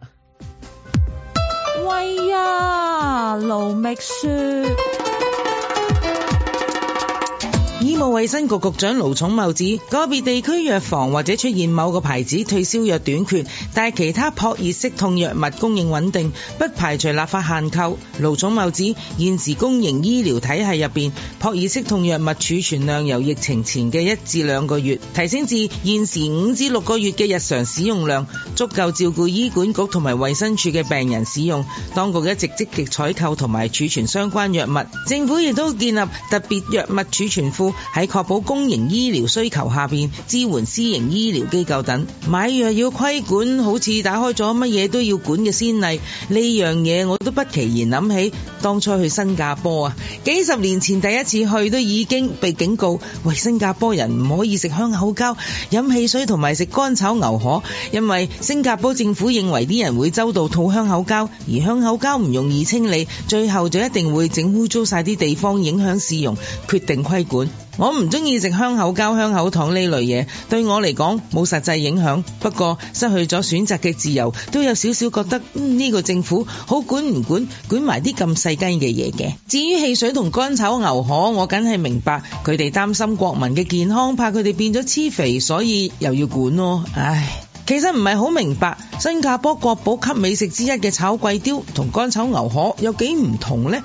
喂呀，盧覓雪。
醫務衛生局局長盧寵茂指，個別地區藥房或者出現某個牌子退燒藥短缺，但係其他撲熱息痛藥物供應穩定，不排除立法限購。盧寵茂指，現時公營醫療體系入邊，撲熱息痛藥物儲存量由疫情前嘅一至兩個月提升至現時五至六個月嘅日常使用量，足夠照顧醫管局同埋衛生署嘅病人使用。當局一直積極採購同埋儲存相關藥物，政府亦都建立特別藥物儲存庫，
喺確保公營醫療需求下邊支援私營醫療機構等。買藥要規管，好似打開咗乜嘢都要管嘅先例，呢樣嘢我都不其然諗起當初去新加坡啊，幾十年前第一次去都已經被警告，喂新加坡人唔可以食香口膠、飲汽水同埋食乾炒牛河，因為新加坡政府認為啲人會周到吐香口膠，而香口膠唔容易清理，最後就一定會整污糟晒啲地方，影響市容，決定規管。我唔中意食香口膠、香口糖呢類嘢，對我嚟講冇實際影響。不過失去咗選擇嘅自由，都有少少覺得嗯呢個政府好管唔管，管埋啲咁細雞嘅嘢嘅。至於汽水同乾炒牛河，我梗係明白佢哋擔心國民嘅健康，怕佢哋變咗黐肥，所以又要管咯。唉。其實唔係好明白新加坡國寶級美食之一嘅炒貴雕同乾炒牛河有幾唔同呢？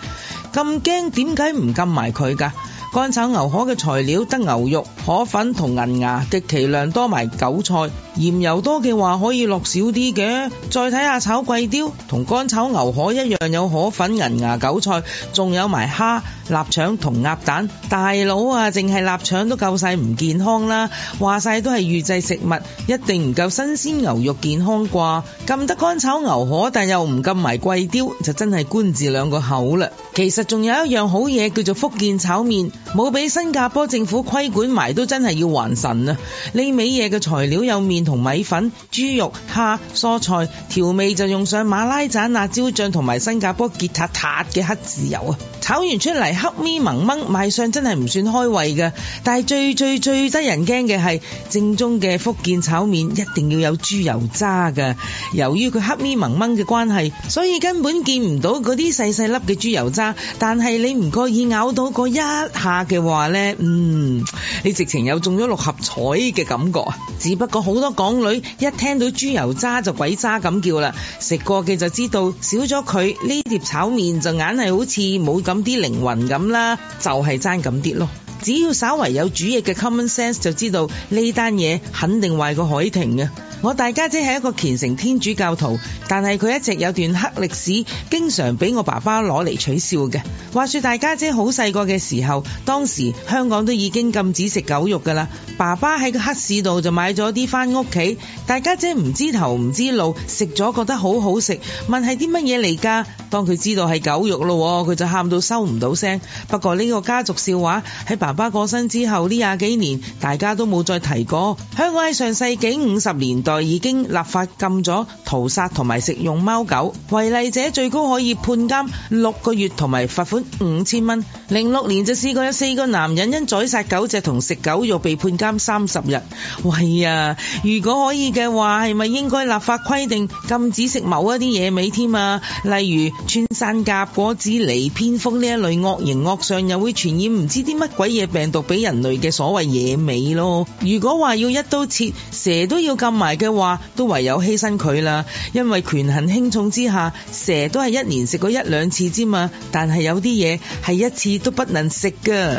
咁驚點解唔禁埋佢㗎？乾炒牛河嘅材料得牛肉、河粉同銀芽，極其量多埋韭菜。鹽油多嘅話可以落少啲嘅。再睇下炒貴雕同乾炒牛河一樣有河粉、銀芽、韭菜，仲有埋蝦、臘腸同鴨蛋。大佬啊，淨係臘腸都夠晒唔健康啦！話晒都係預製食物，一定唔夠新鮮牛肉健康啩。禁得乾炒牛河，但又唔禁埋貴雕，就真係官字兩個口啦。其實仲有一樣好嘢叫做福建炒麵。冇俾新加坡政府規管埋，都真係要還神啊！呢味嘢嘅材料有麵同米粉、豬肉、蝦、蔬菜，調味就用上馬拉盞辣椒醬同埋新加坡傑塔塔嘅黑豉油啊！炒完出嚟黑咪蒙蒙，賣相真係唔算開胃嘅。但係最最最得人驚嘅係正宗嘅福建炒麵一定要有豬油渣㗎。由於佢黑咪蒙蒙嘅關係，所以根本見唔到嗰啲細細粒嘅豬油渣。但係你唔覺意咬到嗰一下嘅話呢，嗯，你直情有中咗六合彩嘅感覺啊！只不過好多港女一聽到豬油渣就鬼渣咁叫啦，食過嘅就知道少咗佢呢碟炒麵就硬係好似冇咁啲靈魂咁啦，就係爭咁啲咯。只要稍為有煮嘢嘅 common sense 就知道呢單嘢肯定壞過海婷嘅。我大家姐係一個虔誠天主教徒，但係佢一直有段黑歷史，經常俾我爸爸攞嚟取笑嘅。話說大家姐好細個嘅時候，當時香港都已經禁止食狗肉㗎啦。爸爸喺個黑市度就買咗啲返屋企，大家姐唔知頭唔知路，食咗覺得好好食，問係啲乜嘢嚟㗎？當佢知道係狗肉咯，佢就喊到收唔到聲。不過呢個家族笑話喺爸爸過身之後呢廿幾年，大家都冇再提過。香港喺上世紀五十年代已經立法禁咗屠殺同埋食用貓狗，違例者最高可以判監六個月同埋罰款五千蚊。零六年就試過有四個男人因宰殺狗隻同食狗肉被判監三十日。喂呀！如果可以嘅話，係咪應該立法規定禁止食某一啲野味添啊？例如穿山甲、果子狸、蝙蝠呢一類惡形惡相，又會傳染唔知啲乜鬼嘢病毒俾人類嘅所謂野味咯。如果話要一刀切，蛇都要禁埋嘅話，都唯有犧牲佢啦。因為權衡輕重之下，蛇都係一年食過一兩次之嘛，但係有啲嘢係一次都不能食㗎。